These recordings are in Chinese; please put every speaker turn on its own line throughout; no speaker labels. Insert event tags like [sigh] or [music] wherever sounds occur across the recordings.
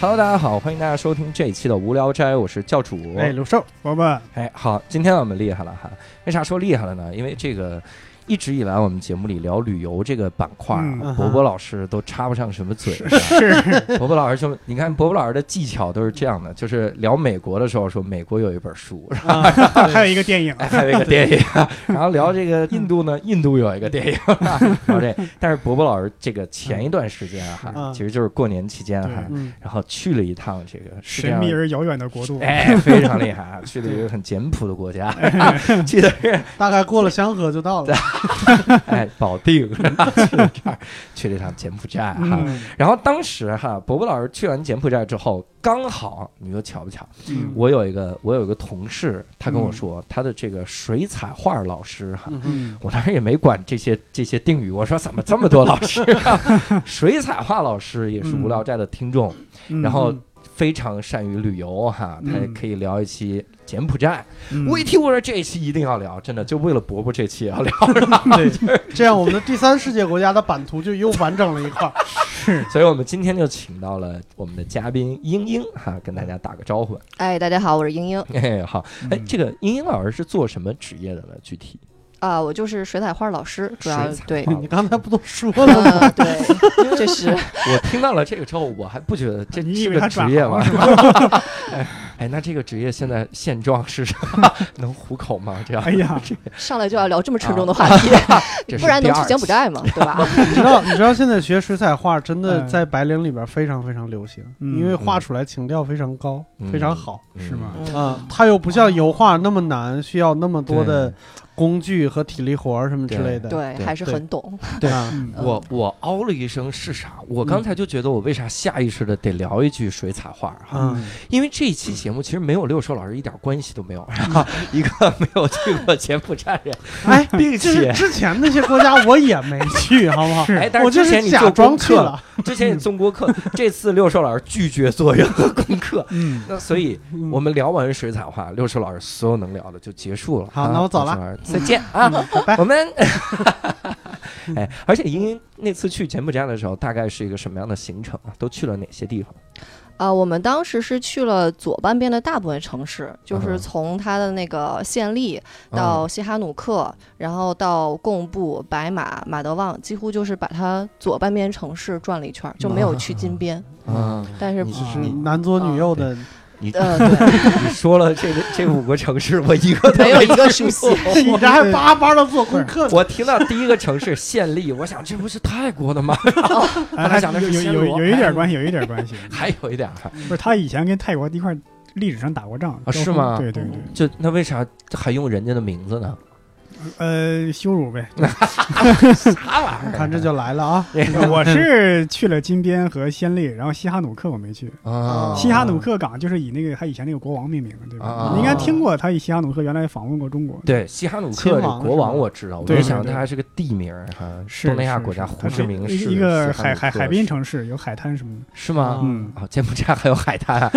Hello，大家好，欢迎大家收听这一期的无聊斋，我是教主。
哎，鲁兽，伯伯，
哎，好，今天我们厉害了哈！为啥说厉害了呢？因为这个一直以来我们节目里聊旅游这个板块啊，
嗯
嗯
伯
哼
伯老师都插不上什么嘴。
是
[laughs] 伯伯老师就你看，伯伯老师的技巧都是这样的，就是聊美国的时候说美国有一本书， [laughs] 然后
啊，
还有
对
一个电影，啊
哎还有一个电
[laughs]
影，然后聊这个印度呢，印度有一个电影，
嗯
[laughs] 然后这，但是伯伯老师这个前一段时间啊哈，
嗯
其实就是过年期间哈，
嗯
然后去了一趟这个世界
神
上
秘而遥远的国度， [laughs]
哎，非常厉害啊！去了一个很简朴的国家， [laughs] 去的是
大概过了香河就到了。
哎保定， [laughs] 去了这儿，去了一趟柬埔寨哈。
嗯
然后当时哈，伯伯老师去完柬埔寨之后，刚好你说巧不巧？
嗯
我有一个我有一个同事，他跟我说，他的这个水彩画老师哈。
嗯哼
嗯
我当时也没管这些这些定语，我说怎么这么多老师啊？
[laughs]
水彩画老师也是无聊斋的听众，
嗯
然后非常善于旅游哈，他也
嗯
可以聊一期柬埔寨。
嗯
我一听我说这一期一定要聊，真的就为了伯伯这期也要聊，是吧
对，这样我们的第三世界国家的版图就又完整了一
[laughs]
块儿。
所以我们今天就请到了我们的嘉宾英英哈，跟大家打个
[laughs]
招呼。
哎，大家好，我是英英
哎，好，哎，
嗯
这个英英老师是做什么职业的呢？具体
啊、我就是水彩画老师，主要
水彩 [laughs]
对
画，
你刚才不都说
[laughs]
了吗？
呃，对，这是
我听到了这个之后，我还不觉得这
[laughs] 你以
是
为
个
他
职
转
业
行
吗
了？是吧？
[laughs] 哎，那这个职业现在现状是什
[laughs]
么？能糊口吗？这样，
哎呀，
上来就要聊这么沉重的话题，
啊这是
不然
第
能
二
去柬埔
期
寨吗？对
[laughs]
吧？
你知道，你知道现在学水彩画真的
嗯
在白领里边非常非常流行，
嗯
因为画出来情调非常高，
嗯
非常好。
是吗？
嗯
啊，它又不像油画那么难，需要那么多的工具和体力活儿什么之类的。
对，
对
还是
对
很懂。
对啊，
嗯
我我嗷了一声是啥？我刚才就觉得我为啥下意识的得聊一句水彩画哈、
嗯
因为这一期节目其实没有六兽老师一点关系都
[laughs]
没有，啊一个没有去过柬埔寨人，
哎，
并
就是
且
之前那些国家我也没去，好不好？
哎，但
我
是
就
之
是
前你
假
做
装
功
去
课，
了。
之前你做过
[laughs]
课，这次六兽老师拒绝做任何功课， [laughs]
嗯，
那所以
嗯
我们聊完水彩画，六兽老师所有能聊的就结束了。
好
啊
那我走了嗯
六兽老师再见啊。
拜拜。
[laughs] 我们，哎，而且莹莹那次去柬埔寨的时候，大概是一个什么样的行程啊？都去了哪些地方？
啊、我们当时是去了左半边的大部分城市，就
嗯
是从它的那个县立到西哈努克，然后到贡布、白马、马德旺，几乎就是把它左半边城市转了一圈儿，就没有去金边。
嗯，
[laughs] 但是
你
就是
你
男左女右的，
你
呃，
[laughs]
对，
你说了这个这五个城市，我一个都
没有一个
去
熟悉
过。
[laughs] 你这还巴巴的做功课呢。
[laughs] 我听到第一个城市县立，我想这不是泰国的吗？ [laughs]
哎
他讲的
有
是暹
有有
罗哎
有一点关系，有一点关系。
[laughs] 还有一点儿，
不是他以前跟泰国一块儿历史上打过仗
啊是吗
对对对，
就那为啥还用人家的名字呢？
呃，羞辱呗。
啥玩意儿？
看这就来
[laughs]
了啊！
[laughs] 我是去了金边和暹粒，然后西哈努克我没去。
啊，
西哈努克港就是以那个他以前那个国王命名的，对
啊
吧？你应该听过他以西哈努克原来访问过中国。
对西哈努
亲
克这
王
国
是
王
吗
我知道，我
对
没
对
想到
对
他还是个地名儿哈，
是
东南亚
是
国家
是
胡
它
志
是
明
一
市
一个
西哈努
海海
克
海滨
市
城市，有海滩什么的。
是吗？
嗯， [laughs]
啊，柬埔寨还有海滩啊，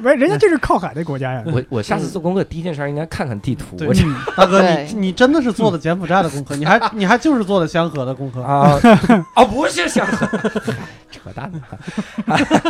不是，人家就是靠海的国家呀。
我我下次做功课第一件事儿应该看看地图，
对
我这
嗯
大哥，你
对
你真的是做的柬埔寨的功课，你还 [laughs] 你还就是做的香河的功课。
嗯啊
[laughs]
啊不是想扯淡呢，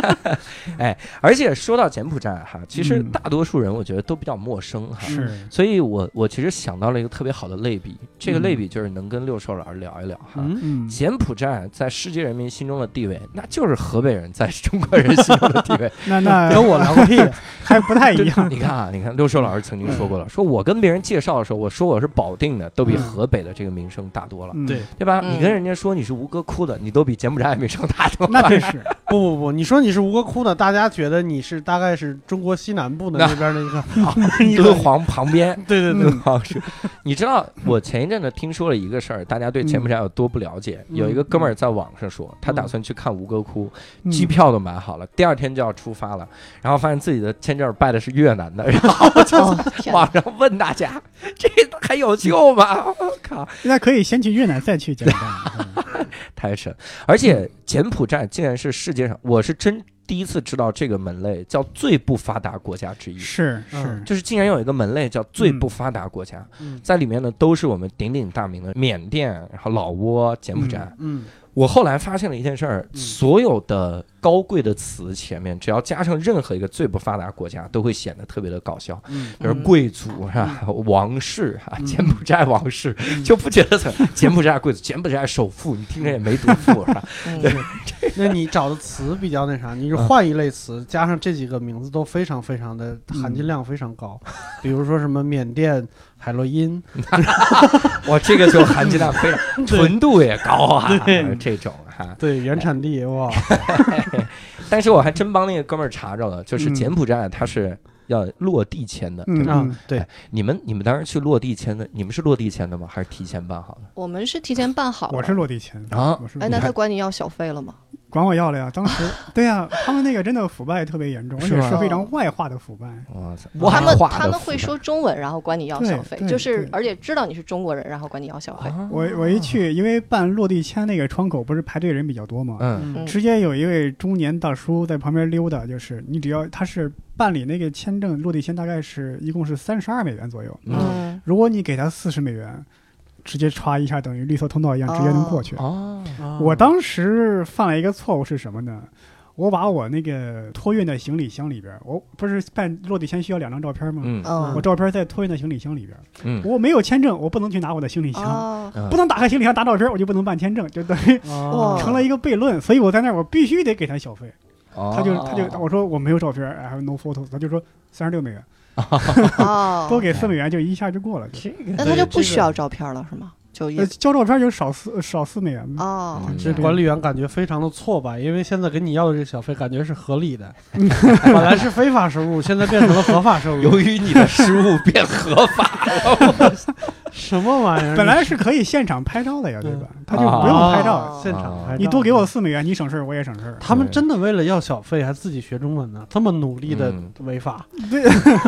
[laughs] 哎，而且说到柬埔寨哈，其实
嗯
大多数人我觉得都比较陌生哈。
是，
所以我，我其实想到了一个特别好的类比，这个
嗯
类比就是能跟六兽老师聊一聊哈。
嗯，
嗯，
柬埔寨在世界人民心中的地位，那就是河北人在中国人心中的地位。
那
跟
那
我聊个屁！啊
[laughs]
还 [laughs] 不太一样。
你看啊，你看六兽老师曾经说过了，说我跟别人介绍的时候，我说我是保定的，都比
嗯
河北的这个名声大多了。
嗯
对，
对吧？
嗯
你跟人家说你是吴哥窟的，你都比柬埔寨名声大多
那
[laughs] 了。
真是。
不不不，你说你是吴哥窟的，大家觉得你是大概是中国西南部的
那
那边的一
[laughs]
个，
你敦煌旁边，
对对对，
敦煌是。你知道我前一阵子听说了一个事儿，大家对柬埔寨有多不了解？
嗯
有一个哥们儿在网上说，他打算去看吴哥窟，
嗯
机票都买好了，第二天就要出发了，然后发现自己的签证办的是越南的，然后就
哦天哪
网上问大家，这还有救吗？ [laughs] 我靠！
那可以先去越南，再去柬埔寨。嗯
太神！而且柬埔寨竟然是世界上，我是真第一次知道这个门类叫最不发达国家之一，
是是
嗯，
就是竟然有一个门类叫最不发达国家，
嗯
在里面呢都是我们鼎鼎大名的缅甸，然后老挝、柬埔寨。
嗯
我后来发现了一件事儿，
嗯
所有的高贵的词前面，只要加上任何一个最不发达国家，都会显得特别的搞笑。
嗯
比如
嗯
贵族是吧？王室啊，
嗯
柬埔寨王室
嗯
就不觉得 [laughs] 怎么样柬埔寨贵族、柬埔寨首富，你听着也没多富啊是吧？
嗯
[laughs]
[laughs] 那你找的词比较那啥，你就
嗯
换一类词，加上这几个名字都非常非常的含金量非常高，比如说什么缅甸海洛因，
哇，这个就含金量非
[laughs]
常，纯度也高啊
对，
这种啊哈。
[laughs] 对，原产地 [laughs] 哇，
但是我还真帮那个哥们儿查着了，就是
嗯
柬埔寨它是要落地签的，
嗯
啊，对，
你们你们当时去落地签的，你们是落地签的吗？还是提前办好
我们是提前办好了。
我是落地签
的啊？
我是
哎，那他管你要小费了吗？
管我要了呀！当时对呀、他们那个真的腐败特别严重，而
是
且
吗
是非常外化的腐败。
哇塞，
哇
他们
画
他
得
们
复
会
杂
说中文，然后管你要小费
对，对
就是
对
而且知道你是中国人，然后管你要小费。
啊
哎我我一去，因为办落地签那个窗口不是排队人比较多嘛，
嗯
嗯
直接有一位中年大叔在旁边溜达，就是你只要他是办理那个签证落地签，大概是一共是三十二美元左右，
嗯
嗯，
如果你给他四十美元，直接歘一下，等于绿色通道一样，直接能过去。
哦
我当时犯了一个错误是什么呢？我把我那个托运的行李箱里边，我不是办落地签需要两张照片吗？
嗯
嗯
我照片在托运的行李箱里边，
嗯
我没有签证，我不能去拿我的行李箱， [laughs]
哦，
嗯
不能打开行李箱打照片，我就不能办签证，就等于
哦
成了一个悖论。所以我在那儿，我必须得给他小费。
哦
他就他就
[laughs]
我说我没有照片，I have no photos，他就说三十六美元，
哦
多给四美元就一下就过了。就
这个
那他就不需
要
要照片了，是吗？就也
呃，交照片就少四少四美元嘛。
哦，
这
嗯
管理员感觉非常的挫败，因为现在给你要的这个小费感觉是合理 [laughs] 的，本来是非法收入，现在变成了合法收入 [laughs]
由，于你的失误变合法，
什么玩意儿？
本来是可以现场拍照的呀，对吧？他就
啊
不用拍照，
哦
现场拍照，
你多给我四美元，你省事儿，我也省事儿。
他们真的为了要小费还自己学中文呢，这么努力的
嗯
违法，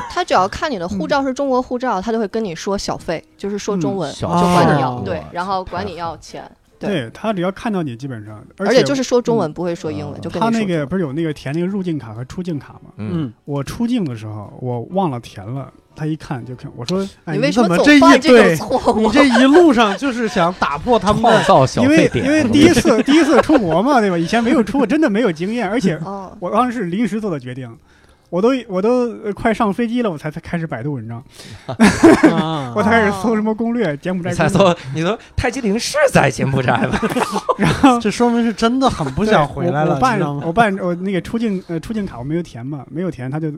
他只要看你的护照是中国护照，他就会跟你说小费，就是说中文，
嗯小
就管你
哦
要
费啊
对
哇，
然后管你要钱，对
对他只要看到你，基本上，
而
且
就是说中文，不会说英文，
嗯
就跟
他
你
那
说中
个
文。
不是有那个填那个入境卡和出境卡吗？
嗯
嗯，
我出境的时候我忘了填了，他一看就看我说，哎，
你为
你
什
怎
么
么
总
这一
犯
对
种错
[laughs] 你
误？
这一路上就是想打破他
[laughs]
们
创
的，
造小
因为
费点，啊
因为第一次第一次出国嘛，对吧？以前没有出过，真的没有经验，而且
[laughs]
哦，
我当时是临时做的决定。我都我都呃快上飞机了，我才才开始百度文
哦
章，[laughs]
啊
我才开始搜什么攻略，柬埔寨
[laughs] 你才
攻略
说，你说泰姬陵是在柬埔寨
[laughs]
吗？
这说明是真的很不
对
想回来
我
了，
我
你
办
知道吗？
我办我那个出境呃出境卡我没有填嘛，没有填他就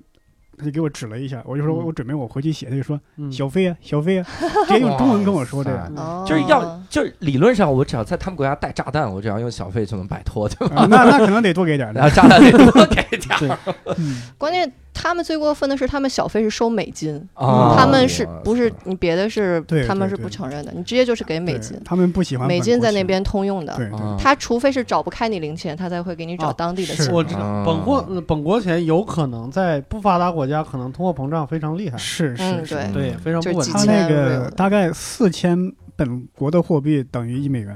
他就给我指了一下，我就说
嗯
我我准备我回去写，他就说
嗯
小费啊小费啊，直接用中文跟我说这样。
嗯
哦
就是要，就是理论上，我只要在他们国家带炸弹，我只要用小费就能摆
[laughs]
脱，对吧？
啊那那可能得多给点
然
的。
后炸弹得多给点
对
儿
[laughs]
嗯
关键他们最过分的是，他们小费是收美金，
哦
他们是
哇
不是
塞
你别的是
对
他们是
对
不
对
承认的，你直接就是给美金
对，他们不喜欢
美
本
金
国
在
钱
那。边通用的。
对对
啊
他除非是找不开你零钱，他才会给你找
啊
当地的
是
钱。
我知道
嗯
本国呃本国钱有可能在不发达国家，可能通货膨胀非常厉害，
是
嗯
是是，
对
对，非常不
就
稳
是
他
定
几。
那
千左右
个
的
大概四千本国的货币等于一美元。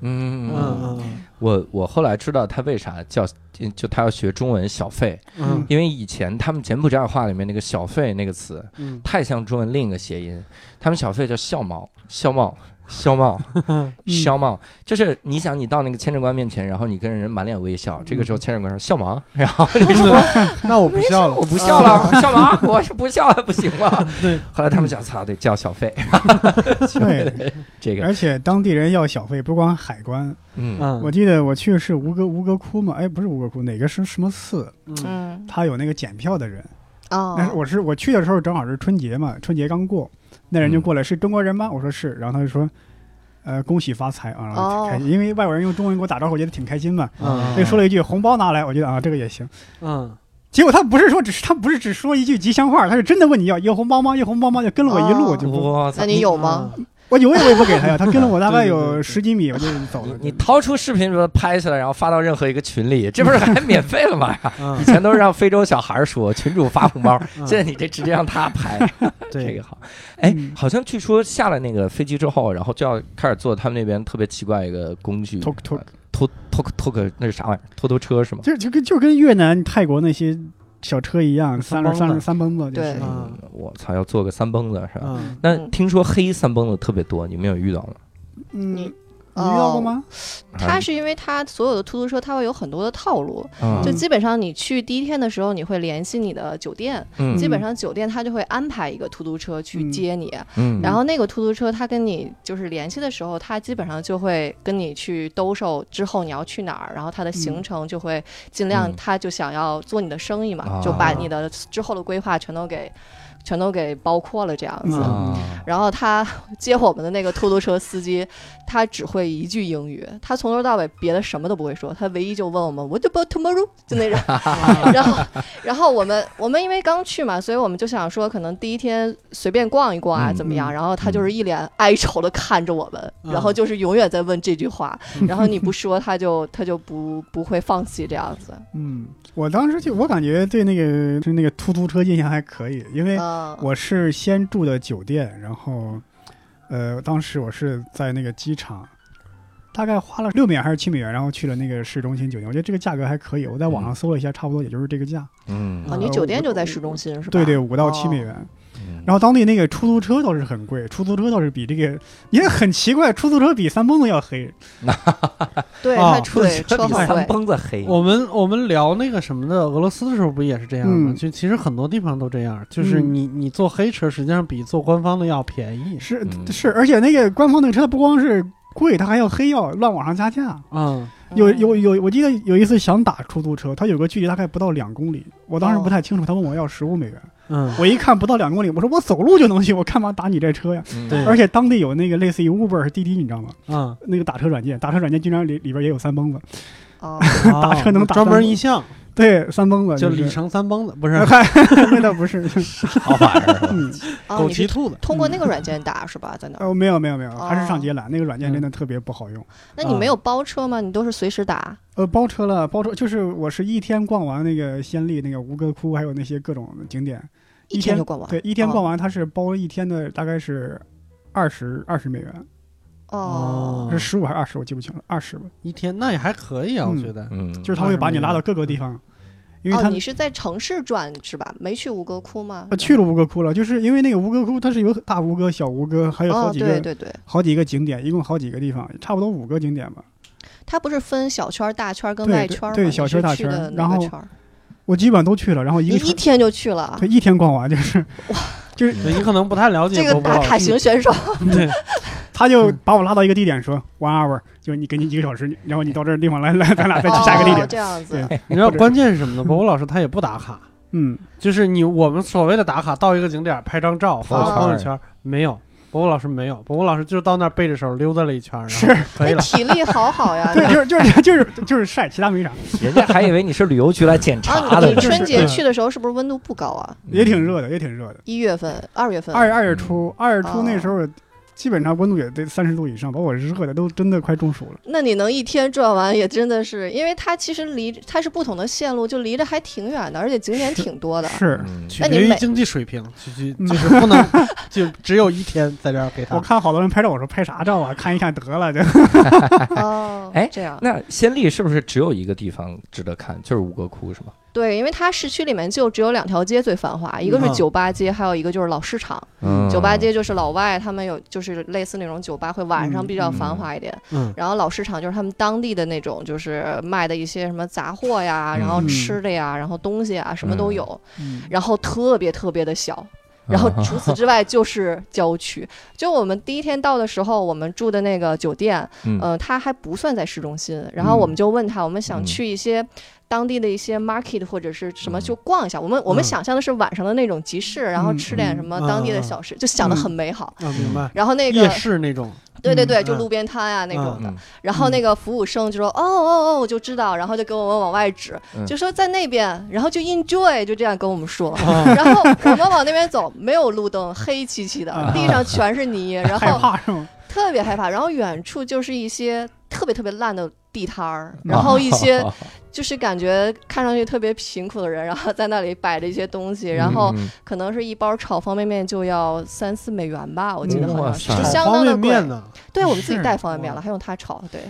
嗯嗯，
嗯嗯
我我后来知道他为啥叫就他要学中文小费，
嗯
因为以前他们柬埔寨话里面那个小费那个词
嗯
太像中文另一个谐音，他们小费叫笑毛笑帽。笑帽，笑帽，就是你想，你到那个签证官面前，然后你跟人满脸微笑，这个时候签证官说笑毛，然后你说
嗯， [laughs] 那我不笑了
我，不笑了，笑毛，我是不笑了，不行吗？
对，
后来他们想，操，得叫小费，
对，
[laughs]
哎
这个，
而且当地人要小费，不光海关。
嗯
嗯
我记得我去是吴哥吴哥窟嘛，哎，不是吴哥窟，哪个是什么寺？
嗯
嗯
他有那个检票的人。
哦
但是我是我去的时候正好是春节嘛，春节刚过，那
嗯
人就过来、是中国人吗？我说是，然后他就说，呃，恭喜发财啊，然后挺开
哦
心，因为外国人用中文给我打招呼，我觉得挺开心嘛。
嗯
他就说了一句红包拿来，我觉得啊这个也行。
嗯，
结果他不是说只是他不是只说一句吉祥话，他是真的问你要要红包吗？要红包吗？就跟了我一路，
哦
就不
我操
那，你有吗？
嗯
我有也我也不给他呀，他跟了我大概
对对对
有
对
十几米，我就走
你
了。
你掏出视频，把它拍下来，然后发到任何一个群里，这不是还免费了 [laughs] 吗？
嗯
以？前都是让非洲小孩说群主发红包，
嗯
现在你这直接让他 [laughs] 拍，这
对
个，好。哎
嗯，
好像据说下了那个飞机之后，然后就要开始做他们那边特别奇怪一个工具，
Tuk Tuk
拖拖拖个那是啥玩意儿？拖拖车是吗？
就就跟就跟越南、泰国那些小车一样，三
三
轮、
蹦
三轮、
子
三蹦子，就是
对
嗯，我操，要做个三蹦子是吧？
嗯
那
嗯
听说黑三蹦子特别多，你们有遇到吗？
嗯
你，哦
你遇到过吗？
它是因为它所有的出租车，它会有很多的套路，
嗯
就基本上你去第一天的时候，你会联系你的酒店，
嗯
基本上酒店它就会安排一个出租车去接你，
嗯，
然后那个出租车它跟你就是联系的时候，它基本上就会跟你去兜售之后你要去哪儿，然后它的行程就会尽量，
嗯
它就想要做你的生意嘛，
啊
就把你的之后的规划全都给全都给包括了这样子。
嗯
啊
然后他接我们的那个出租车司机，他只会一句英语，他从头到尾别的什么都不会说，他唯一就问我们 What about tomorrow？就那种， [laughs] 然后然后我们我们因为刚去嘛，所以我们就想说可能第一天随便逛一逛啊
嗯
怎么样，
嗯
然后他就是一脸哀愁的看着我们，
嗯
然后就是永远在问这句话，然后你不说他就他就不不会放弃这样子，
嗯，我当时就我感觉对那个就那个出租车印象还可以，因为
嗯，
哎我是先住的酒店，然后呃，当时我是在那个机场。大概花了六美元还是七美元，然后去了那个市中心酒店，我觉得这个价格还可以。我在网上搜了一下，差不多也就是这个价，
嗯
啊，你酒店就在市中心是吧？
呃对对，五到七美
哦
元。
嗯
然后当地那个出租车倒是很贵，出租车倒是比这个也很奇怪，出租车比三蹦子要黑。
对，
哦
他对
车
车
比
很
三
贵，
蹦子黑，
我们我们聊那个什么的俄罗斯的时候，不也是这样吗？
嗯
就其实很多地方都这样，就是
嗯
你你坐黑车，实际上比坐官方的要便宜。
是、
嗯
是，而且那个官方那个车不光是贵，它还要黑要乱往上加价。
嗯，
有有有，我记得有一次想打出租车，它有个距离大概不到两公里，我当时
哦
不太清楚，他问我要十五美元，
嗯，
我一看不到两公里，我说我走路就能去，我干嘛打你这车呀？
嗯
对
而且当地有那个类似于 Uber 和滴滴，你知道吗？
嗯，
那个打车软件，打车软件经常里里边也有三蹦子，
哦，
打
车 [laughs] 能打
专门
三
一项，
对，三蹦子
叫
是 [laughs]
里程三蹦子，不是
嗨，那倒不
[laughs]
是， [laughs]
好玩意儿，
嗯。
哦
狗
你是
骑兔子。
通过那个软件打是吧？在那
[laughs]
儿？
哦，没有没有没有，还是
哦
上街揽那个软
嗯
件真的特别不好用。
那你
嗯
没有包车吗？你都是随时打？
呃，包车了，包车就是我是一天逛完那个暹粒、那个吴哥窟，还有那些各种景点，
一
一
天
天
就逛完？
对，一天
哦
逛完它是包一天的，大概是二十二十美元，
哦，
是十五还是二十，我记不清了，二十吧。
一天那也还可以啊，我
嗯
觉得。
[laughs] 嗯，
就是他会把你拉到各个地方，因
嗯
为
哦，
他
你是在城市转是吧？没去吴哥窟吗
呃？去了吴哥窟了，就是因为那个吴哥窟它是有大吴哥、小吴哥，还有好
哦，
几个、
对对对，
好几个景点，一共好几个地方，差不多五个景点吧。
它不是分小圈儿、大圈儿跟
对
外
对
圈儿吗？
对
你
小
是
圈儿大
去
圈儿
的哪
然
个
后
圈儿
我基本上都去了，然后一
你
个
一
城，
天就去了啊
对，一天逛完就是
[laughs]
对你可能不太了解
这个
波波
打
老
卡
师
型选手，
[laughs]
对，
他就
嗯
把我拉到一个地点说 one hour，就是你给你一个小时，然后你到这个地方来来，咱俩再去下一个地
哦，
点。
这样子。
对，
你知道
或者
关键是什么呢？波波老师他也不打卡，
嗯，
就是你我们所谓的打卡，到一个景点拍张照发
朋友
个
圈
朋友圈，没有。波波老师没有，波波老师就是到那儿背着手溜达了一圈，然后
是
那
可以了。
哎体力好好呀！
对，就是就是就是就是晒，其他没啥，
人家还以为你是旅游局来检查
啊，
的
你
呢，
春节
对
去的时候是不是温度不高啊？
也挺热的，也挺热的。
一月份、二月份，
二月二月
嗯
初，二月初那
哦
时候基本上温度也得三十度以上，把我热的都真的快中暑了。
那你能一天转完也真的是，因为它其实离它是不同的线路，就离着还挺远的，而且景点
是
挺
[laughs]
多的。
是，
嗯。
取
那你
决于
每
经济水平，就就
[laughs]
嗯
就是不能就只有一天在这儿给
嗯
他
我。看好多人拍照，我说拍啥照啊？看一看得了，就
哦，
哎
这样
那暹粒是不是只有一个地方值得看，就是吴哥窟是吗？
对，因为它市区里面就只有两条街最繁华，一个是
嗯
酒吧街，还有一个就是老市场。
嗯
酒吧街就是老外他们有就是类似那种酒吧，会晚上比较繁华一点。
嗯，
然后老市场就是他们当地的那种，就是卖的一些什么杂货呀，
嗯
然后吃的呀，然后东西啊，什么都有。
嗯
然后特别特别的小，
啊
然后除此之外就是郊区。就我们第一天到的时候，我们住的那个酒店，
嗯
呃，它还不算在市中心。然后我们就问他，我们想
嗯
去一些当地的一些 market 或者是什么
嗯
就逛一下。我们我们
嗯
想象的是晚上的那种集市，然后
嗯
吃点什么当地的小吃，就想的很美好。
啊，明白。
然后那
夜
个，
市那
[laughs]
种，
对对对，
嗯
就路边摊啊那种的。
嗯
然后那个服务生就说：“哦哦哦，我就知道。”然后就给我们往外指，
嗯
就说在那边，然后就 enjoy，就这样跟我们
[laughs]
说。
[laughs] 啊
然后我们往那边走，没有路灯，黑漆漆的
啊，
地上全是泥，然
[laughs] 害
后
怕是吗？
特别害怕。然后远处就是一些特别特别烂的地摊儿，然后一些就是感觉看上去特别贫苦的人，然后在那里摆着一些东西，然后
嗯
可能是一包炒方便面就要三四美元吧，我记得好像是，
哇
就
塞
相
方
当的
便
贵。
面呢，
对我们自己
是
带方便面
哇
了，还用它炒？对，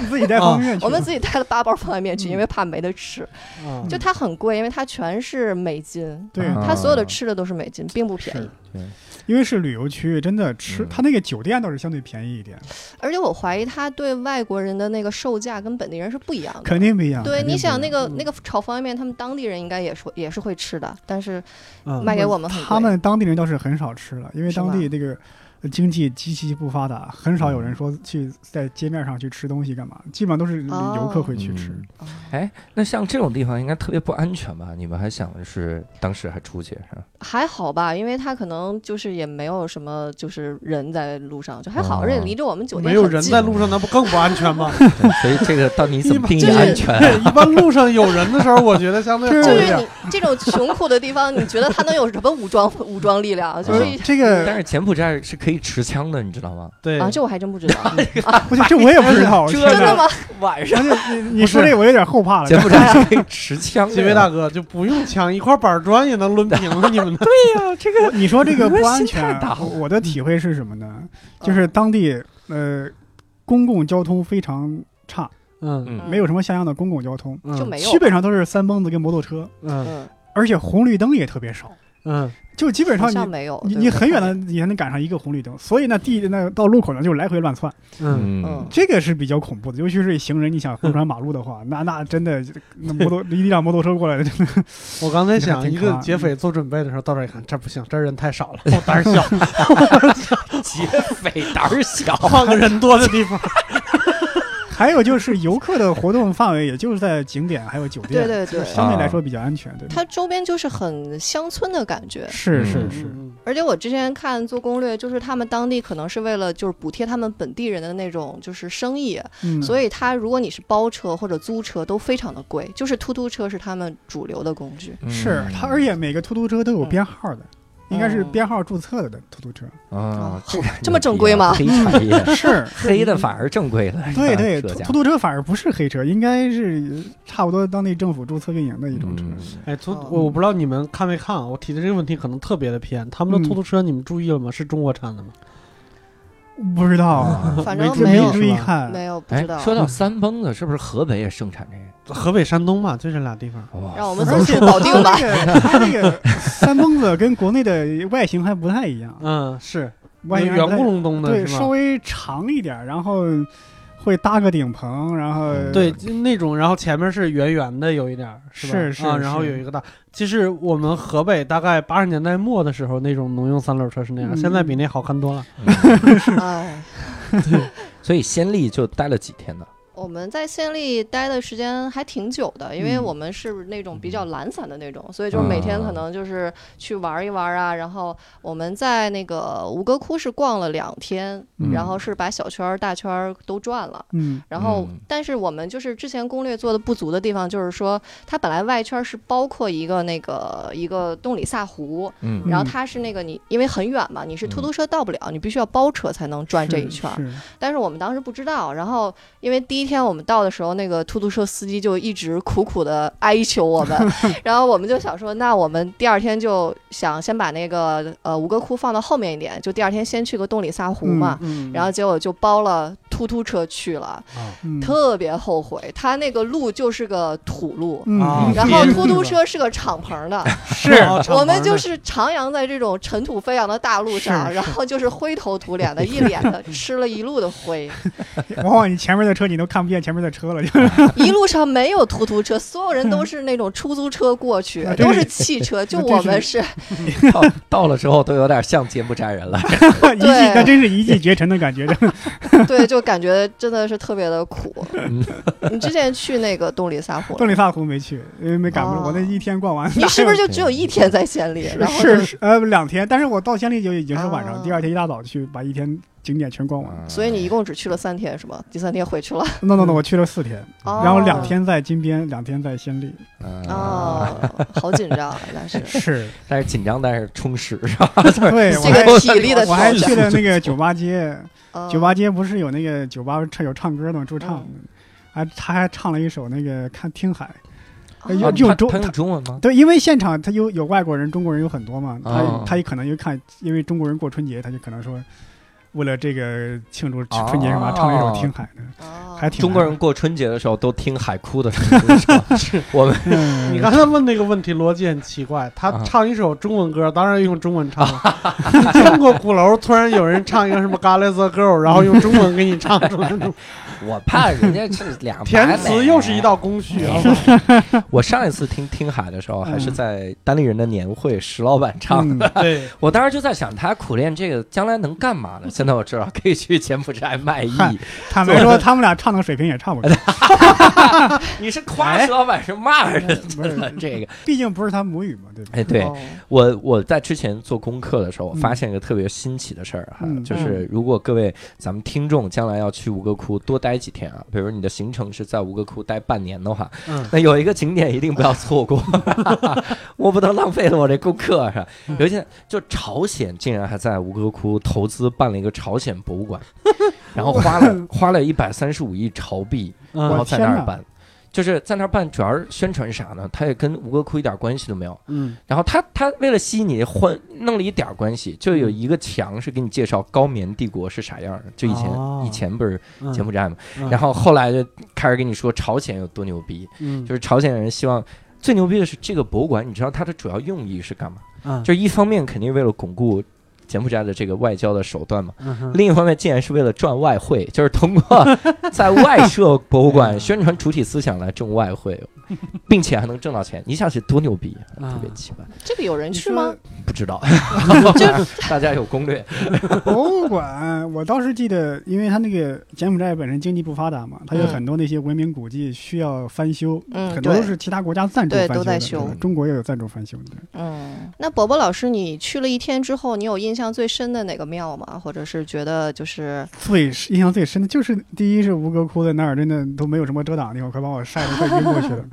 嗯
[laughs] 自己带方便面去，
我们自己带了八包方便面去，因为怕没得吃。
啊
就它很贵，因为它全是美金，
对
啊
它所有的吃的都是美金，并不便宜
是。因为是旅游区，真的吃
嗯
它那个酒店倒是相对便宜一点，
而且我怀疑它对外国人的那个售价跟本地人是不一样的。
肯定不一样。
对，
肯定不一
你
样
想那个
嗯
那个炒方便面，他们当地人应该也说也是会吃的，但是
嗯
卖给我们很贵
他们当地人倒是很少吃了，因为
是吧
当地这个呃经济极其不发达，很少有
嗯
人说去在街面上去吃东西干嘛，基本上都是
哦
游客会去吃。
嗯
哦
哎，那像这种地方应该特别不安全吧？你们还想的是当时还出去
[laughs]
是吧？
还好吧，因为他可能就是也没有什么就是人在路上，就还
哦
好，而且离着我们酒店
没有
很
人
近
在路上，那不更不安全吗？ [laughs]
对所以这个到底怎么定义
就是
安全啊？
一般路上有人的时候，我觉得相对
就
好
就
一
是啊
点。
你这种穷苦的地方，你觉得他能有什么武装武装力量？就
嗯
是
这
但
个
是柬埔寨是可以持枪的，你知
[laughs]
道吗？
对
啊，这我还真不知道，
不行，这我也不
[laughs]
知道。
这
我
真
天哪
的吗？晚上
而且你你说这个我有点后怕
啊
了。
柬埔寨是可以持枪
[laughs]
的。
几位大哥就不用枪，一块板砖也能抡平了
[laughs]
你们的。
哎
这个
我你说这个不安全啊
你们心太大，了
我我的体会是什么呢？
嗯
就是当地呃公共交通非常差，
嗯
嗯
没有什么像样的公共交通，
嗯
就没有
基本上都是三蹦子跟摩托车，
嗯
嗯，
而且红绿灯也特别少，
[laughs]
嗯
就基本
好
上
像
你。
没有，
你
对
你
吧
很远的你才能赶上一个红绿灯，所以呢，地那到路口呢就是来回乱窜，
嗯
嗯
[laughs] 嗯，
这个是比较恐怖的，尤其是行人，你想横穿马路的话，那那真的那摩托一辆摩托车过来，真的
我刚才想
你看
一
挺可
个
爱
劫匪做准备的时候，到这儿一看，这不行，这人太少
[laughs]
了，我胆儿小，
劫匪胆儿小，
换个人多的地方。
[laughs] 还有就是游客的活动范围，也就是在景点还有酒店，
对对对，
相对来说比较安全，对吧？
它周边就是很乡村的感觉，
是
嗯
是是，
嗯
而且我之前看做攻略，就是他们当地可能是为了就是补贴他们本地人的那种就是生意，
嗯，
所
以
以他如果你是包车或者租车都非常的贵，就是突突车是他们主流的工具。
是
嗯
它，而且每个突突车都有编号的，应该是
嗯
编号注册的的突突车，
啊，
这
个
哦这么正规吗
黑产
[laughs]
业，
是。
黑的反而正规了。
对对，
哎这
突
家
突突车反而不是黑车，应该是差不多当地政府注册运营的一种车。
嗯
哎，突
哦
我我不知道你们看没看啊？我提的这个问题可能特别的偏。他们的
嗯
突突车你们注意了吗？是中国产的吗？
不知道，
反
没
正
注
没
没有
注
是
意
吧
看，
没有不
啊
哦
哎
知道，，
说到三蹦子，是不是河北也盛产这个？
河北、山东嘛，就这俩地方。
哇
让我们走进保定吧
它。这个它这个三蹦子跟国内的外形还不太一样，
嗯，是
外形还
圆
不太
咕隆咚的
对，
是
稍
吧？
微长一点，然后会搭个顶棚，然后
对，就那种，然后前面是圆圆的，有一点儿吧？
是是
啊，然后
是
有一个大。其实我们河北大概八十年代末的时候，那种农用三轮车是那样，
嗯
现在比那好看多了。
哎，
嗯所以先例就待了几天呢？
我们在县里待的时间还挺久的，因为
嗯
我们是那种比较懒散的那种，所以
嗯
就是每天可能就是去玩一玩啊。然后我们在那个吴哥窟是逛了两天，
嗯
然后是把小圈儿、大圈儿都转了。
嗯
然后
嗯，
但是我们就是之前攻略做的不足的地方，就是说它本来外圈是包括一个那个一个洞里萨湖，
嗯
然后它是那个你因为很远嘛，你是突
嗯
突车到不了，你必须要包车才能转这一圈儿。
是是
但是我们当时不知道，然后因为第一天我们到的时候，那个出租车司机就一直苦苦的哀求我
[laughs]
们，然后我们就想说，那我们第二天就想先把那个呃吴哥窟放到后面一点，就第二天先去个洞里萨湖嘛。
嗯
然后结果就包了突突车去了，
嗯
特别后悔，他那个路就是个土路。
嗯
啊
然后
别
突
路
突
了
车是个敞篷的，
是
我们就是徜徉在这种尘土飞扬的大路上，
是是
然后就是灰头土脸
[laughs]
的，一脸的吃了一路的灰，
往往你前面的车你都看不见前面的车
[laughs]
了，就是
一路上没有突突车，所有人都是那种出租车过去
嗯啊，这
都
是
是汽
[laughs]
车，就
这
我
是
们是
嗯到到了之后都有点像柬埔寨
[laughs]
人了。
一骑，那真是一骑绝尘的感觉。真的
对，就感觉真的是特别的
[laughs]
苦。你之前去那个洞里萨湖
洞
了，
里萨湖没去，因为没赶不上，
哦
我 [laughs] 那一天逛完。
你是不是
哪有
就只有一天在县里？然后就是
是呃两天？但是我到县里就已经是晚上，
啊
第二天一大早去把一天景点全逛完。
哦所以你一共只去了三天是吗？第三天回去了，
no no no，我去了四天，
哦
[laughs] 然后两天在金边，两天在仙丽。
啊，
哦，好紧张啊，那是
[laughs] 是， [laughs]
但是紧张，但是充实，是吧？
对，我
这
[laughs]
还
个体力的
我
挑
还
战
去。 [laughs] 了那个酒吧街，
嗯嗯
酒吧街不是有那个酒吧唱有唱歌的吗？驻唱的。还他还唱了一首那个《看听海》哎
啊
呦，
啊
就
他
中
他
他
用中文吗？
对，因为现场他有有外国人、中国人有很多嘛，他、
哦
他也可能就看，因为中国人过春节，他就可能说，为了这个庆祝春节什么，
哦
唱了一首《听海》的，
哦
还挺
中国人过春节的时候都听海哭的声音，是吧
[laughs]
我们
嗯
你刚才问那个问题逻辑很奇怪，他
啊
唱一首中文歌，当然用中
[laughs]
文唱了。你见过鼓楼突然有人唱一个什么《God Bless the Girl》，然后用中文给你唱出来那
[laughs]
种，
我怕人家这两啊个
填
版本
词又是一道工序啊！
[laughs] 我上一次听听海的时候，还是在单立人的年会，石老板唱的。[laughs]
嗯
对，
我当时就在想，他苦练这个将来能干嘛呢？现在我知道可以去柬埔寨卖艺。
嗯嗨坦白说，他们俩唱的水平
[laughs]
也差不多，
你是夸石老板，是骂人
哎不是
的这个？
毕竟不是他母语嘛，对吧？
哎，对
哦
我我在之前做功课的时候，我
嗯
发现一个特别新奇的事儿哈
嗯，
就是如果各位咱们听众将来要去吴哥窟多待几天啊，比如你的行程是在吴哥窟待半年的话，
[laughs] 嗯，
那有一个景点一定不要错过，我不能浪费了我这功课是吧？有一天，就朝鲜竟然还在吴哥窟投资办了一个朝鲜博物馆，然后花了花了一百三十五亿朝币，
嗯
然后
我
在
天
那儿
哪
办。就是在那儿办，主要是宣传啥呢？它也跟吴哥窟一点关系都没有。
嗯
然后他他为了吸引你，换弄了一点关系，就有一个墙是给你介绍高棉帝国是啥样的。就以前、
哦
以前不是
嗯，
柬埔寨嘛，
嗯
然后后来就开始跟你说朝鲜有多牛逼，
嗯
就是朝鲜人希望最牛逼的是这个博物馆，你知道它的主要用意是干嘛？
嗯
就是一方面肯定为了巩固柬埔寨的这个外交的手段嘛，
嗯哼
另一方面竟然是为了赚外汇，就是通
[laughs]
过在外设博物馆宣传主体思想来挣外汇，并且还能挣到钱。你想是多牛逼，
啊，
特别奇怪，
这个有人
你
去嗯
说
吗？
不知
啊
道， [laughs] 大家有攻略
博物馆，我倒是记得，因为它那个柬埔寨本身经济不发达嘛，它有
嗯
很多那些文明古迹需要翻修，
嗯
很多都
对
是其他国家赞助
对
翻修
都在
的，
修
对吧中国也有赞助翻修的。
嗯，那伯伯老师，你去了一天之后，你有印象最深的哪个庙吗？或者是觉得就是
最印象最深的就是第一是吴哥窟在那儿，真的都没有什么遮挡的地方，快把我晒得快晕过去
[laughs]
了。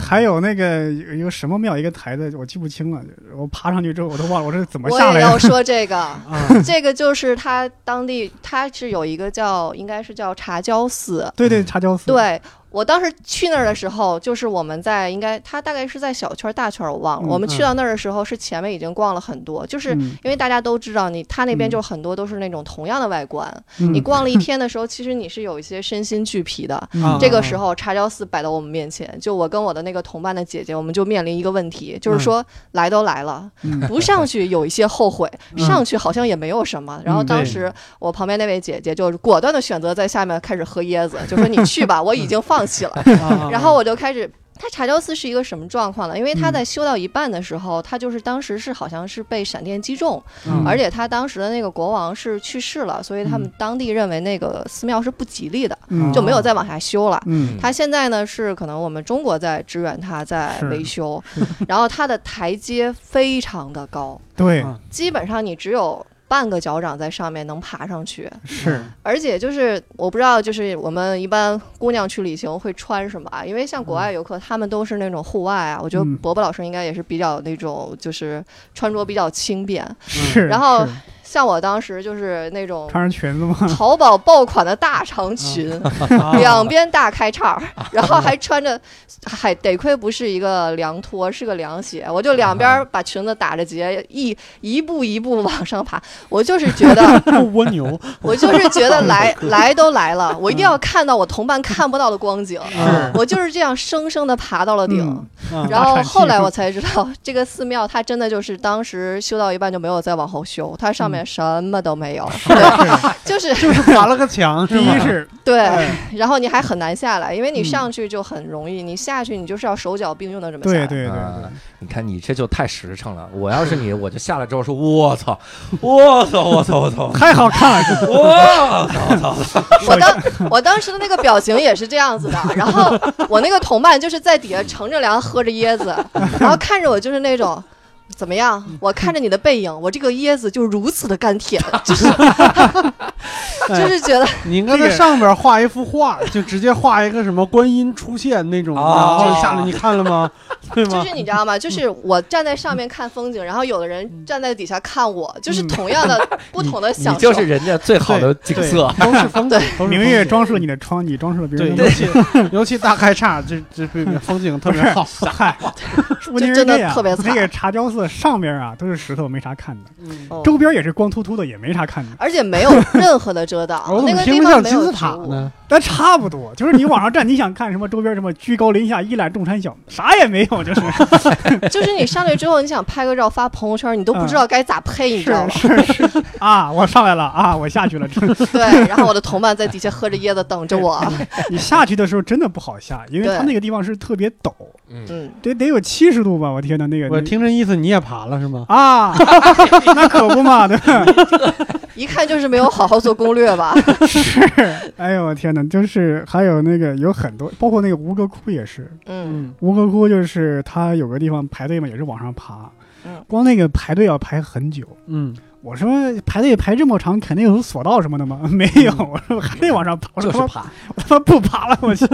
还有那个有一个什么庙，一个台子，我记不清了。我爬上去之后，我都忘了我是怎么
我
下
也
来的
要。说这
[laughs]
个
啊
这个就是他当地他是有一个叫应该是叫茶胶寺，
对对，茶胶寺。，
对我当时去那儿的时候，就是我们在应该他大概是在小圈儿大圈儿我忘了，
嗯
我们去
嗯
到那儿的时候是前面已经逛了很多，就是。
嗯，
因为大家都知道你，他那边
嗯
就是很多都是那种同样的外观。
嗯
你逛了一天的时候，其实你是有一些身心俱疲
[laughs]
的。
嗯
啊
这个时候，茶胶寺摆到我们面前，就我跟我的那个同伴的姐姐，我们就面临一个问题，就是说来都来了，
[laughs] 嗯
不上去有一些后悔，
嗯
上去好像也没有什
嗯
么。然后当时我旁边那位姐姐就是果断的选择在下面开始喝椰子，就说你去
[laughs]
吧，我已经放弃了。
啊
[laughs] 然后我就开始。它茶胶寺是一个什么状况呢？因为
嗯
它在修到一半的时候，它就是当时是好像是被闪电击中，
嗯
而且他当时的那个国王是去世了，所以他们当地认为那个寺庙是不吉利的，
嗯
就没有再往下修了。
嗯
他现在呢是可能我们中国在支援他在
是
维
[laughs]
修，然后他的台阶非常的高，
对
啊
基本上你只有半个脚掌在上面能爬上去，
嗯
[laughs]
是
而且就是我不知道，就是我们一般姑娘去旅行会穿什么啊？因为像国外游客，他们都是那种户外啊。我觉得
嗯
伯伯老师应该也是比较那种，就是穿着比较轻便。
是。
然后
是
像我当时就是那种
穿上裙子吗？
淘宝爆款的大长裙，
啊
两边大开叉儿，然后还穿着，还得亏不是一个凉拖，是个凉鞋，我就两边儿把裙子打着结，一一步一步往上爬。我就是觉得，
不蜗牛，
我就是觉得来来都来了，我一定要看到我同伴看不到的光景。 [laughs]
是
我就是这样生生的爬到了顶。
嗯
啊
然后
产
后来
期
我才知道，这个寺庙它真的就是当时修到一半就没有再往后修，它上面什么都没有，对，就是
就是
[laughs]
划了个
[laughs]
墙，
第一是
对
哎，
然后你还很难下来，因为你
嗯
上去就很容易，你下去你就是要手脚并用的这么下
对
来。
对对对
啊，！你看你这就太实诚了。我要是你，我就下来之后说：“我操，我操，我操，我操，
[laughs] 太好看了，
我操！”
我当我当时的那个表情也是这样子的，然后我那个同伴就是在底下乘着凉喝着椰子，然后看着我就是那种。怎么样？我看着你的背影，我这个椰子就如此的甘甜，就是就是觉得
哎你应该在上边画一幅画，就直接画一个什么观音出现那种的，
哦
就下来你看了吗？对
就
吗
是？你知道吗？就是我站在上面看风景，然后有的人站在底下看我，就是
嗯
同样的不同的
你
享受嗯
就。是人家最好的景色。
对都是风
对，
景都是
明
风
月
景
装饰了你的窗，你装饰了别
对，
人
尤
的
其尤其 [laughs] 大开叉，这这这风景特别
[laughs]
好。
嗨，说不定
这
是
真的
这样
特别惨
那个茶胶寺上边啊都是石头，没啥看的；
嗯，
嗯
周边也是光秃秃的，也没啥看的。
而且没有任何的遮挡
[laughs] 我
那
怎
个
么
地
听着像
方没
金
有
字
植
塔
物。
呢？
但差不多，就是你往上站，你想看什么周边什么居高临下、一览众山小，啥也没有，就是 [laughs]
就是你上去之后，你想拍个照发朋友圈，你都不知道该咋配，你知道
是
吗？
[laughs] 是是啊，我上来了啊，我下去了。真的
对。然后我的同伴在底下喝着椰子等着我，
[laughs] 你下去的时候真的不好下，因为
对
它那个地方是特别陡，
嗯，
嗯，
得得有七十度吧？我天呐，那个
我
那
听这意思你也爬了是吗？
啊， [laughs] 那可不嘛，对吧？
一看就是没有好好做攻略
[laughs]
吧。
哎呦我天呐，就是还有那个有很多，包括那个吴哥窟也是，
嗯，
吴哥窟就是它有个地方排队嘛，也是往上爬
嗯，
光那个排队要排很久。
嗯，
我说排队排这么长，肯定有索道什么的吗？ [laughs] 没有，我说还得往上爬，我
就
说
是
他妈
怕，
[laughs] 我他妈不爬了，我去。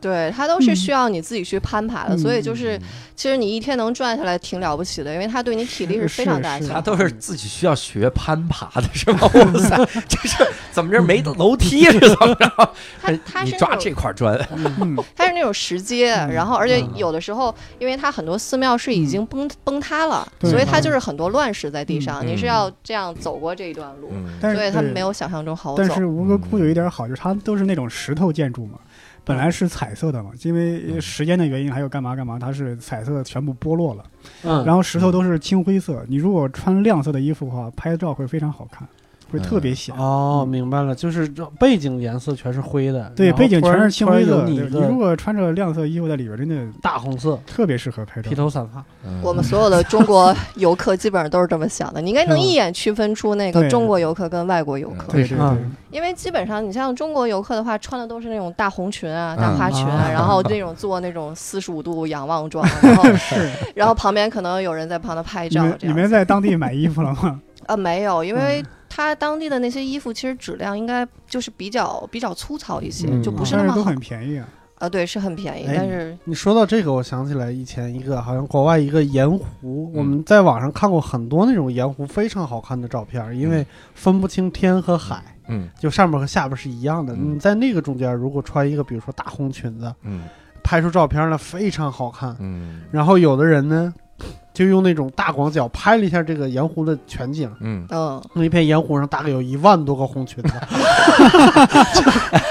对，它都是需要你自己去攀爬的，
嗯
所以就是其实你一天能转下来挺了不起的，因为它对你体力是非常大
是是
消
他
耗。
都是自己需要学攀爬的是吗？哇塞，这是怎么着没楼梯是怎么着？
它
哎
它
你
是那
抓
种
这块砖，
嗯，
它是那种石阶，
嗯
然后而且
嗯
有的时候，因为它很多寺庙是已经崩、崩塌了，
嗯对
所以它就是很多乱石在地上，
嗯
你是要这样走过这一段路，
嗯，
但是
所以他们
对
没有想象中好
但
走。
是吴哥窟有一点好，就是它都是那种石头建筑嘛，本来是彩色的嘛，因为时间的原因还有干嘛干嘛，它是彩色全部剥落了，
嗯，
然后石头都是青灰色，你如果穿亮色的衣服的话，拍照会非常好看，会特别显。
哦，明白了，就是这背景颜色全是灰的，
对，
然后
背景
突
全
然
是青灰
突
色
然
的，
有你
对
一
你如
个
果穿着亮色衣服在里边，真的
大红色，
特别适合拍照
披。头散发。
嗯
我们所有的中国游客基本上都是这么想的，你应该能一眼区分出那个
对
中国游客跟外国游客，
对对对
嗯，
因为基本上你像中国游客的话，穿的都是那种大红裙啊、
嗯
大花裙啊，
啊
然后那种做那种四十五度仰望妆，然后
是
然后旁边可能有人在旁边拍
你
照，
们
这
你
样
们在当地买衣服了吗？
啊，没有，因为它当地的那些衣服其实质量应该就是比较比较粗糙一些，
嗯
就 [laughs] 不是那
但
么
是都
好
很便宜啊。
啊。对，是很便宜，
哎
但是
你说到这个，我想起来以前一个好像国外一个盐湖，
嗯
我们在网上看过很多那种盐湖非常好看的照片，因
嗯
为分不清天和海，
嗯
就上面和下边是一样的。
嗯
你在那个中间，如果穿一个比如说大红裙子，
嗯
拍出照片来非常好看。
嗯
然后有的人呢， [laughs] 就用那种大广角拍了一下这个盐湖的全景，
嗯，
嗯，
那一片盐湖上大概有一万多个红裙子，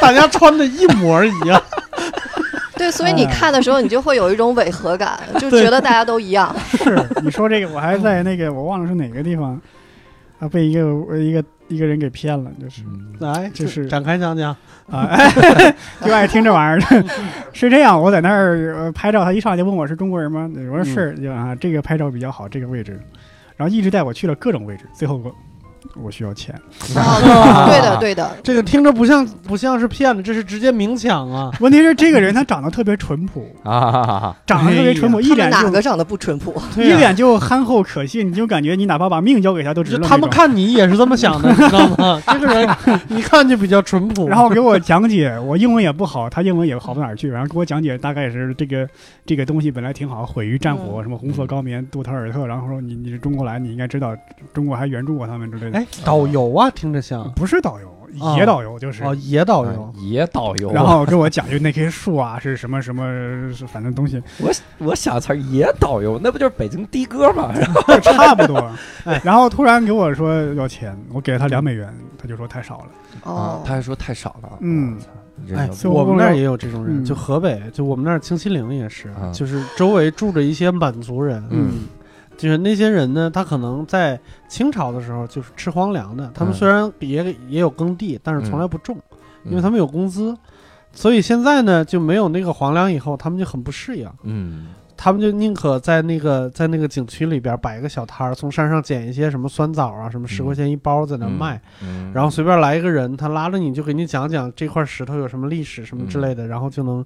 大家穿的一模一样。
对，所以你
哎
看的时候，你就会有一种违和感，就
对
觉得大家都一样。
是你说这个，我还在那个我忘了是哪个地方啊，被一个一个一个人给骗了，就是
嗯来，
这是
展开讲讲。
啊， [laughs] 哎就爱听这玩意儿的。 [laughs] 是这样，我在那儿呃拍照，他一上来就问我是中国人吗？我
嗯
说是，就啊这个拍照比较好，这个位置，然后一直带我去了各种位置，最后我我需要钱，
[laughs] 哦，对的，对的，
这个听着不像不像是骗子，这是直接明抢啊！
问题是这个人他长得特别淳朴，
啊，
长得特别淳朴，一
哎他们
脸
哪
就啊
个长得不淳朴？
对
一
呀、
脸就憨厚可信，你就感觉你哪怕把命交给他都值
就
了那种。
他们看你也是这么想的，你知道吗？这个人一看就比较淳朴。
然后给我讲解，我英文也不好，他英文也好不哪儿去，然后给我讲解大概是这个这个东西本来挺好，毁于战火，什么红色高棉、杜特尔特，然后说你你是中国来，你应该知道中国还援助过他们之类的。
哎，导游啊，听着像
不是导游，
哦
野导游就是。
哦，野导
啊
游。
野导游，
然后给我讲究那棵树啊是什么什么，反正东西
我我想词儿野导游，那不就是北京的哥吗？然后
就差不多
哎。
然后突然给我说要钱，我给了他两美元，他就说太少了。
[laughs]
啊
哦，
他还说太少了，
嗯
我操，你这
哎
牛，逼
所以
我们那儿
我
也有这种人，
嗯
就河北，就我们那儿清西陵也是，
啊
就是周围住着一些满族人，
嗯，
就是那些人呢，他可能在清朝的时候就是吃荒凉的，他们
嗯
虽然也也有耕地，但是从来不种，因为他
们
们有工资，所以现在呢就没有那个皇粮，以后他们就很不适应，
嗯
他们就宁可在那个在那个景区里边摆个小摊儿，从山上捡一些什么酸枣啊，什么十块钱一包在那卖，
嗯，
然后随便来一个人，他拉着你就给你讲讲这块石头有什么历史什么之类的，然后就能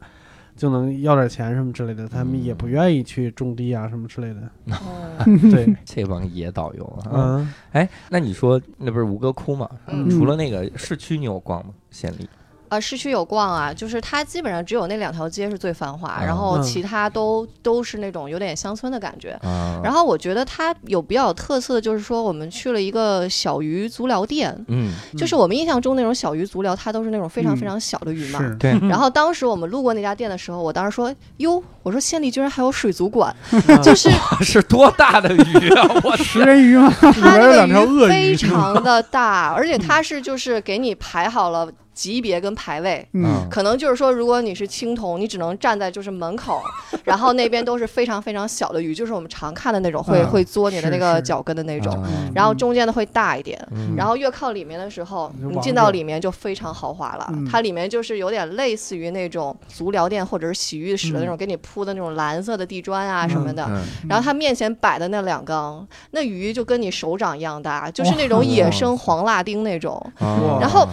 就能要点钱什么之类的，他们也不愿意去种地啊什么之类的。 [laughs]
哦
对，
这帮野导游啊！
嗯，
哎，那你说那不是吴哥窟吗？
嗯
除了那个市区，你有逛吗？县里
啊，市区有逛啊，就是它基本上只有那两条街是最繁华，然后
嗯
其他都都是那种有点乡村的感觉。
啊，
然后我觉得它有比较有特色的就是说，我们去了一个小鱼足疗店，
嗯，
就是我们印象中那种小鱼足疗，它都是那种非常非
嗯
常小的鱼嘛。
是，
对，
然后当时我们路过那家店的时候，我当时说：“哟，我说县里居然还有水族馆，
嗯
就是
[laughs] 是多大的鱼啊！我
食人鱼嗯吗？里
它
边有
那
两条
个
鳄
鱼非
鱼。
常的大，而且它是就是给你排好了级别跟排位，
嗯，
嗯
可能就是说，如果你是青铜，你只能站在就是门口，然后那边都是非常非常小的鱼，就是我们常看的那种，会
嗯
会嘬你的
是
那个
是嗯
脚跟的那种。
啊
然后中间的会大一点，
嗯
然后越靠里面的时候，
就
你
往
进
这
到
儿
里面就非常豪华了
嗯。
它里面就是有点类似于那种足疗店或者是洗浴室的那种，
嗯
给你铺的那种蓝色的地砖啊什么的。
嗯
然后它面前摆的那两缸，那鱼就跟你手掌一样大，就是那种
哇
野生黄辣丁那种。
嗯哦
啊
然后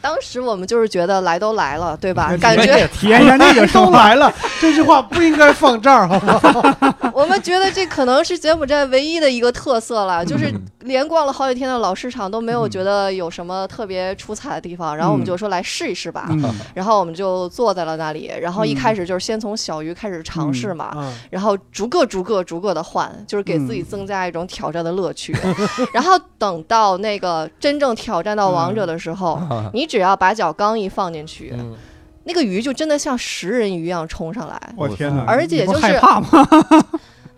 当时我们就是觉得来都来了，对吧？感觉
[laughs]
体验一下那个生
都
活。
来了，这句话不应该放这儿，好不好？
[laughs] 我们觉得这可能是柬埔寨唯一的一个特色了，就是连逛了好几天的老市场都没有觉得有什么特别出彩的地方，然后我们就说来试一试吧。
嗯，
然后我们就坐在了那里，然后一开始就是先从小鱼开始尝试嘛，
嗯
然后逐个逐个逐个的换，就是给自己增加一种挑战的乐趣。 [laughs] 然后等到那个真正挑战到王者的时候，
啊
你只要把脚刚一放进去，
嗯
那个鱼就真的像食人鱼一样冲上来。
我天哪！
而且
你不
就是
害怕吗？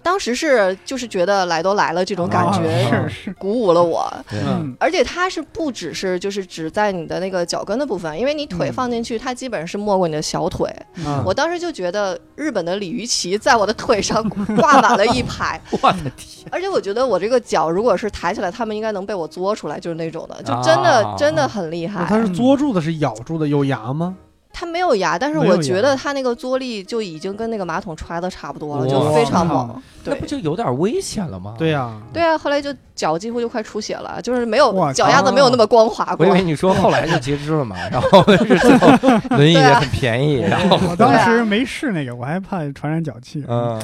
当时是就是觉得来都来了这种感觉，
啊
是是，
鼓舞了我。
对
嗯
嗯
而且它是不只是就是只在你的那个脚跟的部分，因为你腿
嗯
放进去，它基本是没过你的小腿。
嗯
啊
我当时就觉得日本的鲤鱼旗在我的腿上挂满了一排，
我的天，
而且我觉得我这个脚如果是抬起来，他们应该能被我作出来，就是那种的，就真的、
啊
真的很
哦
厉
那它
害。
是嘬住的，是咬住的，有牙吗？
它没有牙，但是
没有
我
牙
觉得它那个作力就已经跟那个马桶刷的差不多了，
哇
就非常猛。
那
对
不。就有点危险了吗？
对呀、
对啊，后来就脚几乎就快出血了，就是没有
哇
脚丫子没有那么光滑
我
过
以。为你说后来就截肢了嘛，然后是最后轮椅也很便宜，然后
我
啊
当时没试那个，我还怕传染脚气。
嗯，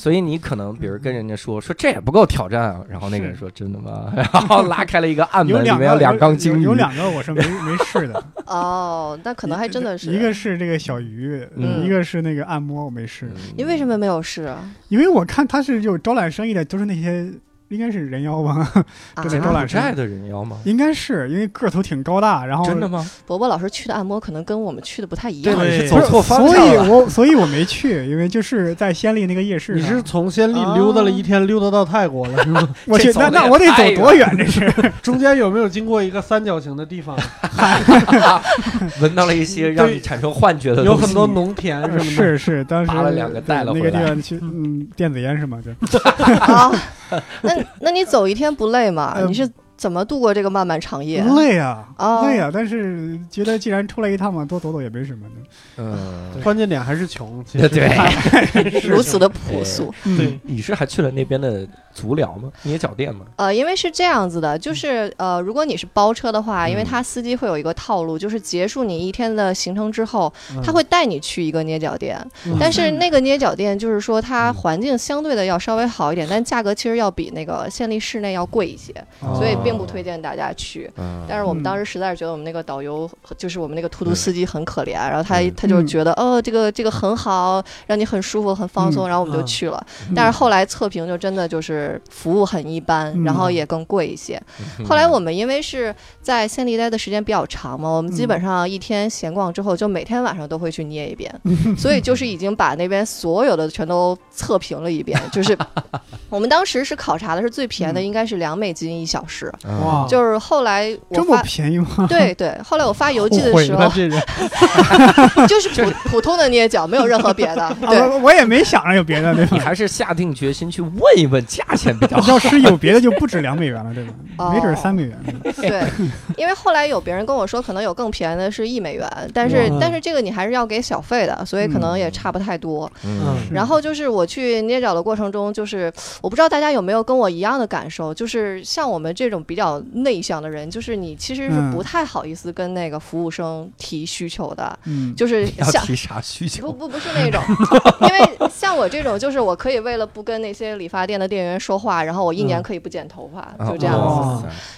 所以你可能比如跟人家说说这也不够挑战啊，然后那个人说真的吗？ [laughs] 然后拉开了一个暗
有
门，里
两个
面两缸
有
金鱼，
有两个
[laughs]
我是没没试的，
哦，那可能还真的是。
一个是这个小鱼，
嗯
一个是那个按摩，我没试，
你为什么没有试啊？
因为我看他是有招揽生意的，都是那些应该是人妖吧， [laughs]
啊
这得
柬
招
埔
揽
寨的人妖吗？
应该是因为个头挺高大，然后
真的吗？
伯伯老师去的按摩可能跟我们去的不太一
对，
样。
你是
不
走
不是
错方
所
向
以
了。
我所以我没去，因为就是在仙丽那个夜市
你
上，
是从仙丽溜达了一天，溜达到泰国了，是吗？
我
这
去
走
那
得
那
也
我得
太
走多远？这是
中间有没有经过一个三角形的地方？
闻到了一些让你产生幻觉的
有
东西
很多农田什么
[laughs]
的。
是是，当时
拔了两个带了
对那
回
个地
来
方去，嗯，电子烟是吗？就
啊，那那你走一天不累吗？
呃
你是怎么度过这个漫漫长夜？
累啊
哦
累啊，但是觉得既然出来一趟嘛，多走走也没什么的。
嗯，
[laughs] 关键点还是穷，其实
对对。
如此的朴素。
嗯
嗯
对，
你是还去了那边的足疗吗？捏脚店吗？
呃，因为是这样子的，就是呃，如果你是包车的话，因为
嗯
他司机会有一个套路，就是结束你一天的行程之后，
嗯
他会带你去一个捏脚店。
嗯
但是那个捏脚店就是说它
嗯
环境相对的要稍微好一点，但价格其实要比那个县立室内要贵一些，
嗯
哦
所以并不推荐大家去。
嗯
但是我们当时实在是觉得我们那个导游，就是我们那个突突司机很可怜，然后他
嗯
他就觉得哦，这个这个很好，让你很舒服很放松，
嗯
然后我们就
嗯
去了。
嗯
但是后来测评就真的就是服务很一般，
嗯
然后也更贵一些。
嗯
后来我们因为是在县里待的时间比较长嘛，我们基
嗯
本上一天闲逛之后，就每天晚上都会去捏一
[laughs]
遍，所以就是已经把那边所有的全都测评了一遍。
[laughs]
就是我们当时是考察的是最便宜的，
嗯哦
应该是两美金一小时。
哇，
就
就是后来我
这么
发
便宜吗？
对对，后来我发邮寄
后
的
悔
时
了
候，
这人，
[laughs]
就是普 [laughs] 普通的捏脚，没有任何别的。
啊 [laughs]
对，
我我也没想着有别的，对吧
[laughs]
你？还是下定决心去问一问价钱比较好。
要是有别的就不止两美元了，
[laughs]
对吧？
哦
没准三美元。
对，因为后来有别人跟我说，可能有更便宜的是一美元，但是
嗯
但是这个你还是要给小费的，所以可能也差不太多。
嗯，
然后就是我去捏脚的过程中，就是我不知道大家有没有跟我一样的感受，就是像我们这种比较内向的人，就是你其实
嗯
是不太好意思跟那个服务生提需求的，
嗯，
就是
[laughs]
要
像
提啥需
不
求？
哦
不不是那种，因为像我这种，就是我可以为了不跟那些理发店的店员说话，然后我一年
嗯
可以不剪头发，
啊
就这样子。
哦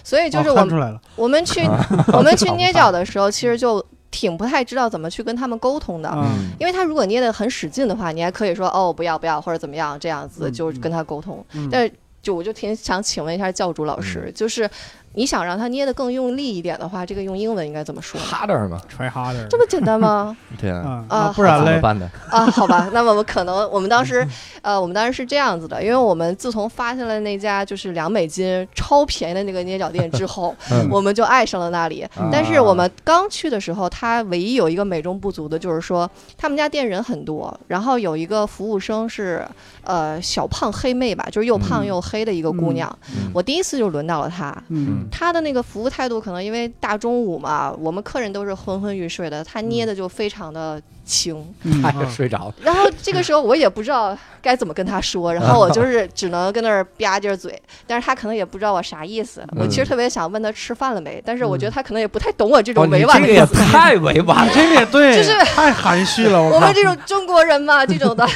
所以就是
哦
我
看出
们、
来了，
我们去
啊
[laughs] 我们
[laughs]
去捏脚的时候，其实就挺不太知道怎么去跟他们沟通的。
嗯，
因为他如果捏得很使劲的话，你还可以说哦不要不要或者怎么样这样子，
嗯
就
嗯
跟他沟通。
嗯
但是就我就挺想请问一下教主老师，就是你想让他捏得更用力一点的话，这个用英文应该怎么
[laughs]
说呢？
哈点儿嘛，
揣哈的，
这么简单吗？
嗯对啊，
啊，
啊，
不然
怎么
嘞，
办呢？
啊，好吧，那么我可能我们当
[laughs]
时，呃，我们当时是这样子的，因为我们自从发现了那家就是两美金超便宜的那个捏脚店之后，
嗯
我们就爱上了那里。但是我们刚去的时候，它唯一有一个美中不足的就是说，他们家店人很多，然后有一个服务生是呃小胖黑妹吧，就是又胖
嗯
又黑的一个姑
嗯
娘。
嗯
我第一次就轮到了她，
嗯
他的那个服务态度，可能因为大中午嘛，我们客人都是昏昏欲睡的，他捏的就非常的轻。
嗯
哎呀睡着了，
[laughs] 然后这个时候我也不知道该怎么跟他说，然后我就是只能跟那儿吧唧着嘴，但是他可能也不知道我啥意思。
嗯
我其实特别想问他吃饭了没，但是我觉得他可能也不太懂我这
哦
种
你
委婉
这
的
个
意
也
思。
太委婉了，
啊这个也对，
就是
太含蓄了，
我们
靠，
这种中国人嘛，这
[laughs]
种的，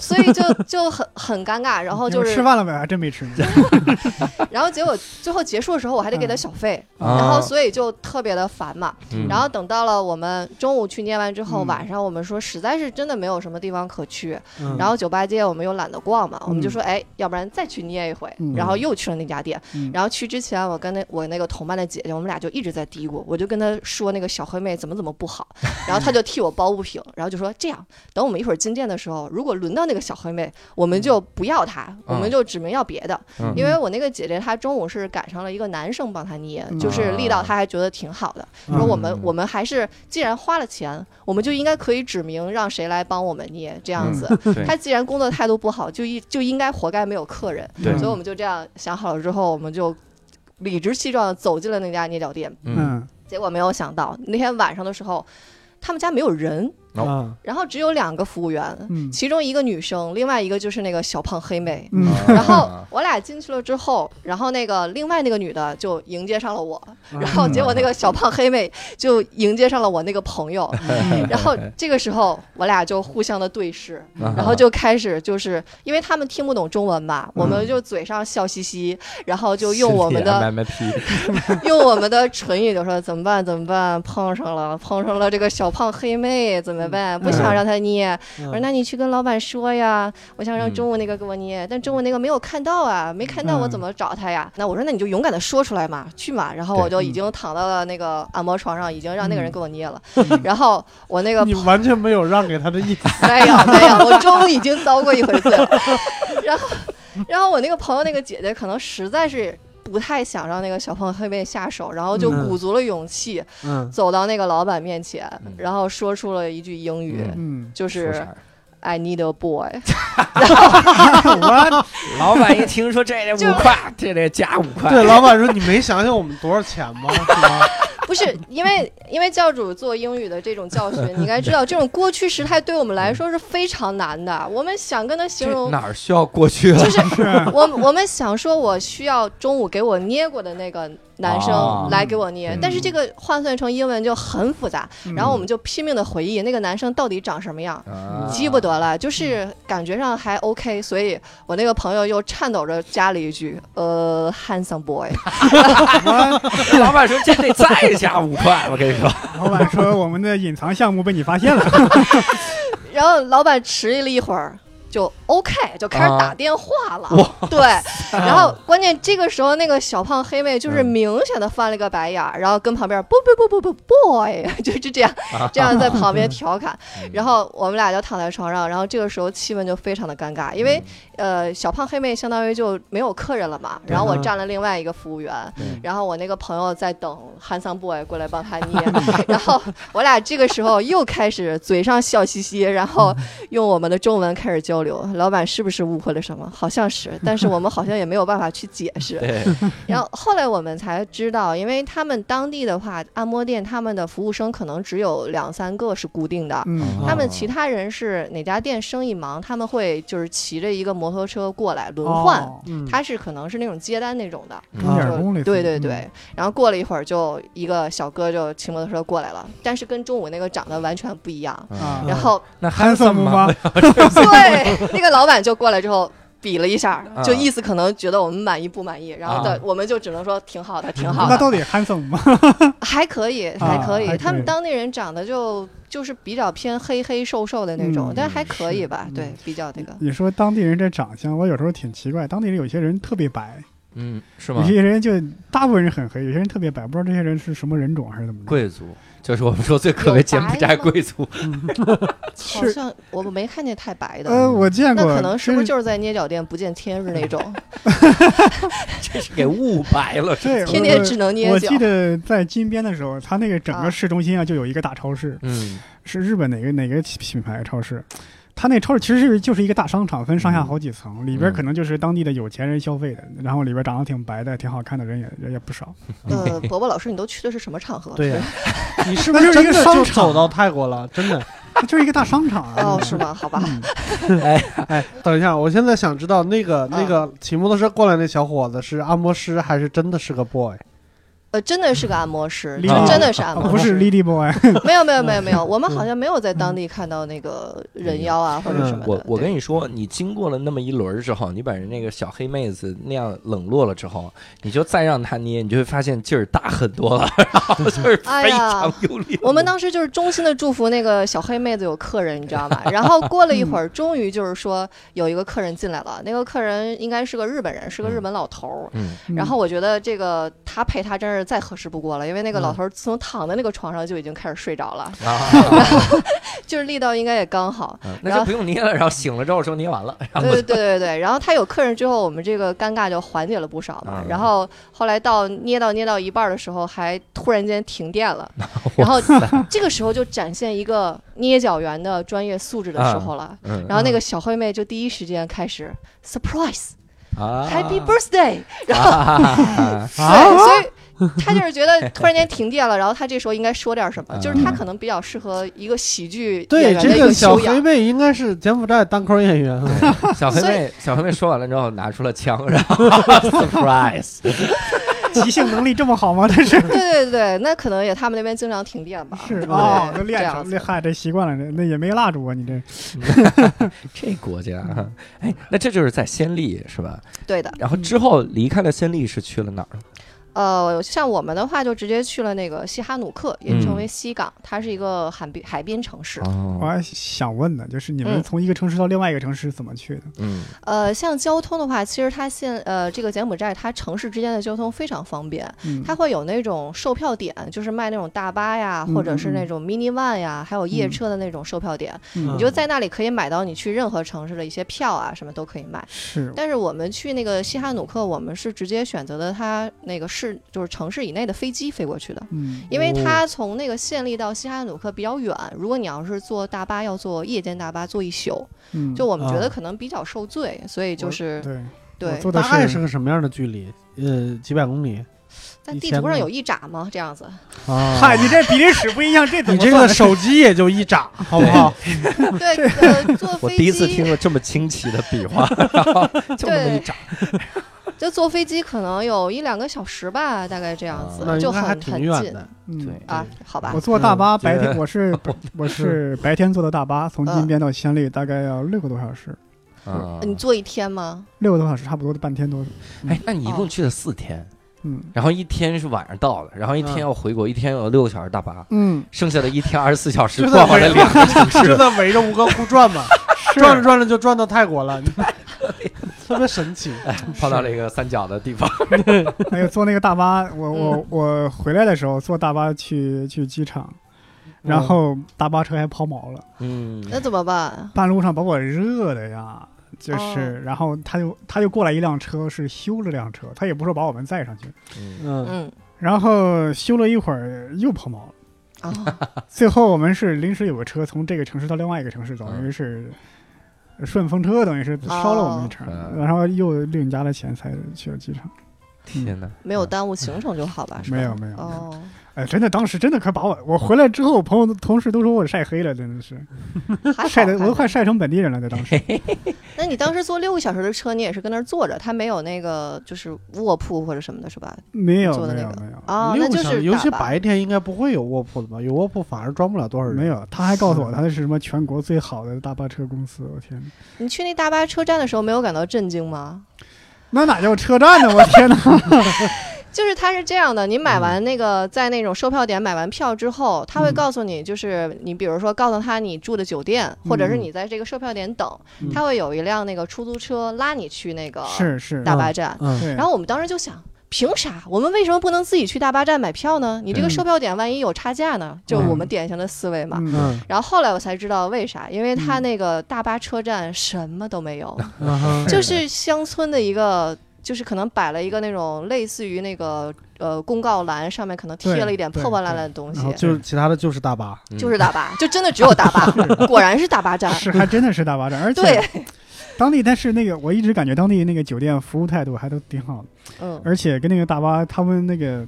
所以就就很很尴尬。然后就
你们
是
吃，饭了没？还真没吃
[laughs]
呢。
然后结果最后结束的时候，我还得给他小费，
啊
[laughs] 然后所以就特别的烦嘛。
嗯
然后等到了我们中午去捏完之后，
嗯
晚上我们说实在是真的没有什么地方可去，
嗯
然后酒吧街我们又懒得逛嘛，我们就说哎，要不然再去捏一回，
嗯
然后又去了那家店。
嗯
然后去之前，我跟那我那个同伴的姐姐，我们俩就一直在嘀咕，我就跟她说那个小黑妹怎么怎么不
[laughs]
好，然后她就替我抱不平，然后就说这样，等我们一会儿进店的时候，如果轮到那个小黑妹，我们就不要她，
嗯
我们就指名要别的，
嗯
因为我那个姐姐她中午是赶上了一个男生帮她捏，
嗯
就是力道她还觉得挺好的。
嗯
说我们我们还是既然花了钱，我们就应该可以指明让谁来帮我们捏这样子。
嗯对
她既然工作态度不好，就一就应该活该没有客人。
嗯
对
所以我们就这样想好了之后，我们就理直气壮地走进了那家捏脚店。
嗯，
嗯
结果没有想到那天晚上的时候，他们家没有人，
然后
啊
然后只有两个服务员，
嗯
其中一个女生，另外一个就是那个小胖黑妹。
[laughs]
嗯
啊
然后我俩进去了之后，然后那个另外那个女的就迎接上了我，然后结果那个小胖黑妹就迎接上了我那个朋友，[laughs]
嗯
然后这个时候我俩就互相的对视，
啊嗯
然后就开始就是因为他们听不懂中文嘛，我们就嘴上笑嘻嘻，然后就用我
啊
们
[laughs]
的
MMP，
[laughs] 用我们的唇语就说怎么办怎么办，碰上了碰上了这个小胖黑妹怎么办？不想让她捏，
嗯
我说那你去跟老板说呀，我想让
嗯
中午那个给我捏，但中午那个没有看到啊，没看到我怎
嗯
么找他呀？那我说那你就勇敢的说出来嘛，去嘛。然后
对
我就已
嗯
经躺到了那个按摩床上，已经让那个人
嗯
给我捏了。
嗯
然后我那
[laughs]
个
你
朋
完全没有让给他的
[laughs]
意思，
没有没有，我终于已经遭过一回罪
[laughs]
了。然后然后我那个朋友那个姐姐可能实在是。不太想让那个小胖黑妹下手，然后就
嗯
鼓足了勇气、
嗯，
走到那个老板面前，
嗯
然后说出了一句英语，
嗯
嗯，
就
说
是
啥
“I need a boy”。
我
老板一听说这
就
得五块，这得加五块，
对，老板说你没想想我们多少钱吗？是吧
[laughs] 不是因为因为教主做英语的这种教学，你应该知道，这种过去时态对我们
嗯
来说是非常难的。我们想跟他形
这
容，
哪儿需要过去了
就？是
是
我我们想说，我需要中午给我捏过的那个男
啊
生来给我捏
嗯，
但是这个换算成英文就很复杂。
嗯
然后我们就拼命的回忆那个男生到底长什么样。
啊
记不得了，就是感觉上还 OK，所以我那个朋友又颤抖着加了一句，呃，handsome boy，
老板说 [laughs] 这得再加五块，我跟你说，
老板说我们的隐藏项目被你发现了，
[laughs] 然后老板迟疑了一会儿，就 OK，就开始打电话了。对，然后关键这个时候那个小胖黑妹就是
嗯
明显的翻了个白眼儿，然后跟旁边不不不不不 boy，就是 [laughs] 这样 [laughs] 这样在旁边调侃。
啊
然后我们俩就躺在床上，然后这个时候气氛就非常的尴尬，因为
嗯
呃小胖黑妹相当于就没有客人了嘛，然后我
嗯
占了另外一个服务员，
嗯
然后我那个朋友在等韩桑 boy 过来帮他捏， [laughs] 然后我俩这个时候又开始嘴上笑嘻嘻，然后用我们的中文开始交交流，老板是不是误会了什么？好像是，但是我们好像也没有办法去解释。 [laughs]
对，
然后后来我们才知道，因为他们当地的话，按摩店他们的服务生可能只有两三个是固定的。
嗯，
他们其他人是哪家店生意忙，他们会就是骑着一个摩托车过来轮换，
哦
嗯
他是可能是那种接单那种的，
钟点
就
工类
哦
似
对
的，
对对。然后过了一会儿，就一个小哥就骑摩托车过来了，但是跟中午那个长得完全不一样。
嗯啊
嗯，
然
[laughs]
后
那
憨
森
森不
吗？
吗？
对，那个老板就过来之后比了一下，
嗯
就
啊
意思可能觉得我们满意不满意，然后的
啊
我们就只能说挺好的，挺
[laughs]
好
嗯那
的，
到底憨森吗？啊
还可以， [laughs] 还可以。
还
他
可
们
以
当地人长得就就是比较偏黑黑瘦瘦的那种
嗯，
但还可以
是
吧，
嗯
对，比较那个。
你说当地人这长相，我有时候挺奇怪，当地人有些人特别白，
嗯，是
有
吗？
些人就大部分人很黑，有些人特别白，不知道这些人是什么人种还是怎么着。
贵族就是我们说最可
有
为柬
白
埔
的
寨
吗
贵族，
好像我没看见太白的，
呃，我见
那
过，
可能是不是
真
就是在捏脚店不见天日那
[laughs]
种，
这是给雾白了，
对
天
我
天只能捏
我
脚
记？得在金边的时候，它那个整
啊
个市中心啊，就有一个大超市，
嗯，
是日本哪个哪个品牌超市？它那超市其实是就是一个大商场，分上
嗯
下好几层，里边可能就是当地的有钱人消费的，然后里边长得挺白的、挺好看的人也人也不少。
[laughs]
呃，伯伯老师，你都去的是什么场合？
对呀，啊你是不
那就
是
是
真
一个
的
商
就
场
走到泰国了？真的，
它就是一个大商场啊。
哦，是吗？好吧，
嗯？
哎，等一下，我现在想知道那个
嗯
那个骑摩托车过来那小伙子是按摩师还是真的是个 boy？
呃，真的是个按摩师，
理
是
解
真的是按
啊
摩
不
师
是 Lady Boy，
没有没有没有没有，我们好像没有在当地看到那个人妖啊或者什么的。
我我
对
跟你说，你经过了那么一轮儿之后，你把人那个小黑妹子那样冷落了之后，你就再让她捏，你就会发现劲儿大很多了，然后就是
哎
非
呀
常有力。
我们当时就是衷心的祝福那个小黑妹子有客人，你知道吗？然后过了一会儿，终于就是说有一个客人进来了，那个客人应该是个日本人，是个日本老头儿。 [laughs]
嗯，
[laughs] 然后我觉得这个他配他真是再合适不过了，因为那个
嗯
老头儿自从躺在那个床上就已经开始睡着了，
啊，
就是力道应该也刚好。
嗯那就不用捏了，然后醒了之后说捏完了，然后
对
[laughs]
对对对对，然后他有客人之后，我们这个尴尬就缓解了不少嘛。
嗯
然后后来到捏到捏到一半儿的时候，还突然间停电了，然后这个时候就展现一个捏脚员的专业素质的时候了。
嗯
然后那个小惠妹就第一时间开始 surprise
啊
happy birthday，然后
[laughs] 啊，
[laughs]
嗯
对，所以。她就是觉得突然间停电了，然后她这时候应该说点什么，就是她可能比较适合一个喜剧演
对，
员的
这
一个
个小
修
黑
养。
妹应该是柬埔寨单口演员。啊
小黑妹，小黑妹说完了之后拿出了枪，然 [laughs] 后 surprise，
即兴能力这么好吗？这
[laughs]
是
对对对，那可能也他们那边经常停电吧。
是
对
啊，都
哦这
练
样
成
子
厉害，这习惯了，这那也没蜡烛啊，你这
[laughs] 这国家， [laughs] 哎，那这就是在暹粒是吧？
对的，
然后之后离开了暹粒是去了哪儿？
呃，像我们的话就直接去了那个西哈努克，也称
嗯
为西港，它是一个海滨海滨城市。
我
哦，
还想问呢，就是你
嗯
们从一个城市到另外一个城市怎么去的？
嗯
呃，像交通的话，其实它现呃这个柬埔寨它城市之间的交通非常方便，
嗯
它会有那种售票点，就是卖那种大巴呀，
嗯
或者是
嗯
那种 mini van 呀，还有夜
嗯
车的那种售票点，
嗯
你就在那里可以买到你去任何城市的一些票啊，什么都可以买。
是
但是我们去那个西哈努克，我们是直接选择的它那个市就是城市以内的飞机飞过去的。
嗯
因为
哦
它从那个县立到西哈努克比较远，如果你要是坐大巴，要坐夜间大巴坐一宿，
嗯，
就我们觉
啊
得可能比较受罪，所以就
我
是
对我
对。
坐的
大概是个什么样的距离？呃，几百公里
在
以
地
前
图上
呢
有一闸吗？这样子，
[laughs]
啊
嗨，你这比例尺不一样，这怎
你
么
这
算
个
呢
手机也就一眨，好不好？
对，呃、坐
我
飞
第一次听
机
了这么清奇的笔 [laughs] 画，就那么一掌，
就坐飞机可能有一两个小时吧，大概这样子，
那
就
应该
很
还
很
挺远
近
的。
嗯
对
啊。好吧
我，坐大巴，白
对
天我是我是白天坐的大巴，从金边到暹粒大概要六个多小时，
啊
呃你坐一天吗？
六个多小时差不多半天多。
哎，那你一共去了四天，
嗯
然后一天是晚上到的，然后一天要回国，一天有六个小时大巴，
嗯，
剩下的一天二十四小时
就
逛
在
完
围
了两个城
[laughs] 就
市。
在围着吴哥窟转嘛，
是
[laughs] 转着转着就转到泰国了， [laughs] 你特别神奇。
哎， [laughs] 碰到了一个三角的地方，
还有坐那个大巴，我我我回来的时候坐大巴去去机场，
嗯
然后大巴车还抛锚了，
嗯，
那怎么办？
半路上把我热的呀。就是，然后他就他就过来一辆车，是修了辆车，他也不是把我们载上去，
嗯
嗯，
嗯，
然后修了一会儿又抛锚了。
啊、
最后我们是临时有个车从这个城市到另外一个城市走，
嗯
因为是顺风车，等于是捎了我们一程，
哦
然后又另加了钱才去了机场。
天哪，
没有耽误行程就好吧？是吧
没有没有
哦，
哎，真的，当时真的快把我，我回来之后，我朋友都同事都说我晒黑了，真的是
还好
晒的
还
我
好
都快晒成本地人了，在当时。
那你当时坐六个小时的车，你也是跟那儿坐着，他没有那个就是卧铺或者什么的，是吧？
没有
做的
没
那
有
个
没有
啊，那
六
就
个小时
是
尤其
打吧
白天应该不会有卧铺的吧？有卧铺反而装不了多少人。
没，有，他还告诉我他是什么全国最好的大巴车公司，我天哪，
你去那大巴车站的时候，没有感到震惊
嗯
吗？
那哪叫车站呢？我天哪！
就是它是这样的，你买完那个在那种售票点买完票之后，他会告诉你，就是你比如说告诉他你住的酒店，或者是你在这个售票点等，
嗯
他会有一辆那个出租车拉你去那个
是是，
哦大巴站。
嗯，
对
然后我们当时就想。凭啥？我们为什么不能自己去大巴站买票呢？你这个
对
售票点万一有差价呢？就是我们典型的思维嘛。
嗯
嗯，
然后后来我才知道为啥，因为他那个大巴车站什么都没有，
嗯哼
就是乡村的一个，就是可能摆了一个那种类似于那个呃公告栏上面可能贴了一点
对
破破烂烂的东
然后
西，
就是其他的就是大巴，
嗯
就是大巴，就真的只有大巴，果然是大巴
[laughs]
站。
是还真的是大巴站，
[laughs]
而
对
且，当地但是那个我一直感觉当地那个酒店服务态度还都挺好的，
嗯，
而且跟那个大巴他们那个，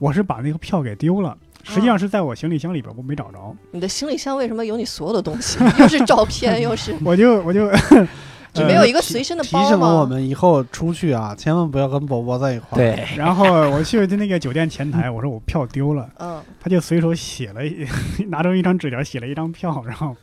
我是把那个票给丢了，实
嗯
际上是在我行李箱里边，我没找着，
你的行李箱为什么有你所有的东西？又是照片，又是
我就我就
[laughs]
呃
你没有一个
提
随身的
提
包
醒了我
吗？
们以后出去啊，千万不要跟宝宝在一块儿。
对，
然后我去那个酒店前台，我说我票丢了，
嗯，
他就随手写了一， [laughs] 拿着一张纸条写了一张票，
[laughs]
然后，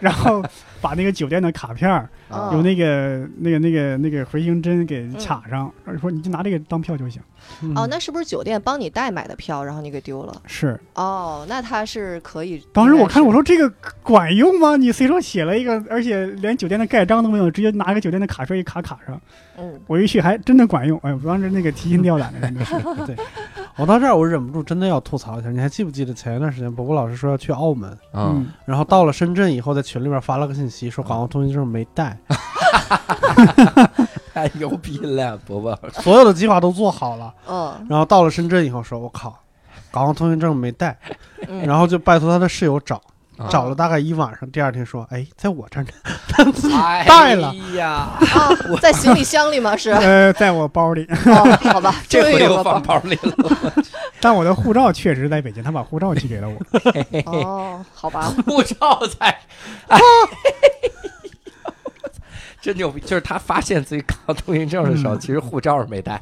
然后把那个酒店的卡片儿
啊
有那个那个那个那个回形针
嗯
给卡上，说你就拿这个当票就行。
嗯
哦，那是不是酒店帮你代买的票，然后你给丢了？
是，
哦，那他是可以。
当时我看我
说，
说这个管用吗？你随手写了一个，而且连酒店的盖章都没有，直接拿个酒店的卡片一卡卡上。
嗯，
我一去还真的管用，哎，我当时那个提心吊胆的，真的是
[laughs]
我到这儿，我忍不住真的要吐槽一下。你还记不记得前一段时间，博博老师说要去澳门，
嗯，
然后到了深圳以后，在群里面发了个信息，说港澳通行证没带，
[laughs] 太牛逼了，伯伯，
所有的计划都做好了。
嗯，
然后到了深圳以后，说我靠，港澳通行证没带，
嗯
[laughs] 然后就拜托他的室友找，
啊
找了大概一晚上。第二天说，哎，在我这儿呢。 [laughs]
带
带了
呀，
啊，在行李箱里
[laughs]
吗？是，哦，
呃，在我包里，
好吧，
[laughs] 这
终于
回
有
又
个
放
包。
包里 [laughs] 了，
但我的护照确实在北京，他把护照寄给了我。
哦，好吧，
护照在， [laughs] 哎真牛逼！就是他发现自己考通行证的
嗯
时候，其实护照是没
[laughs]
带，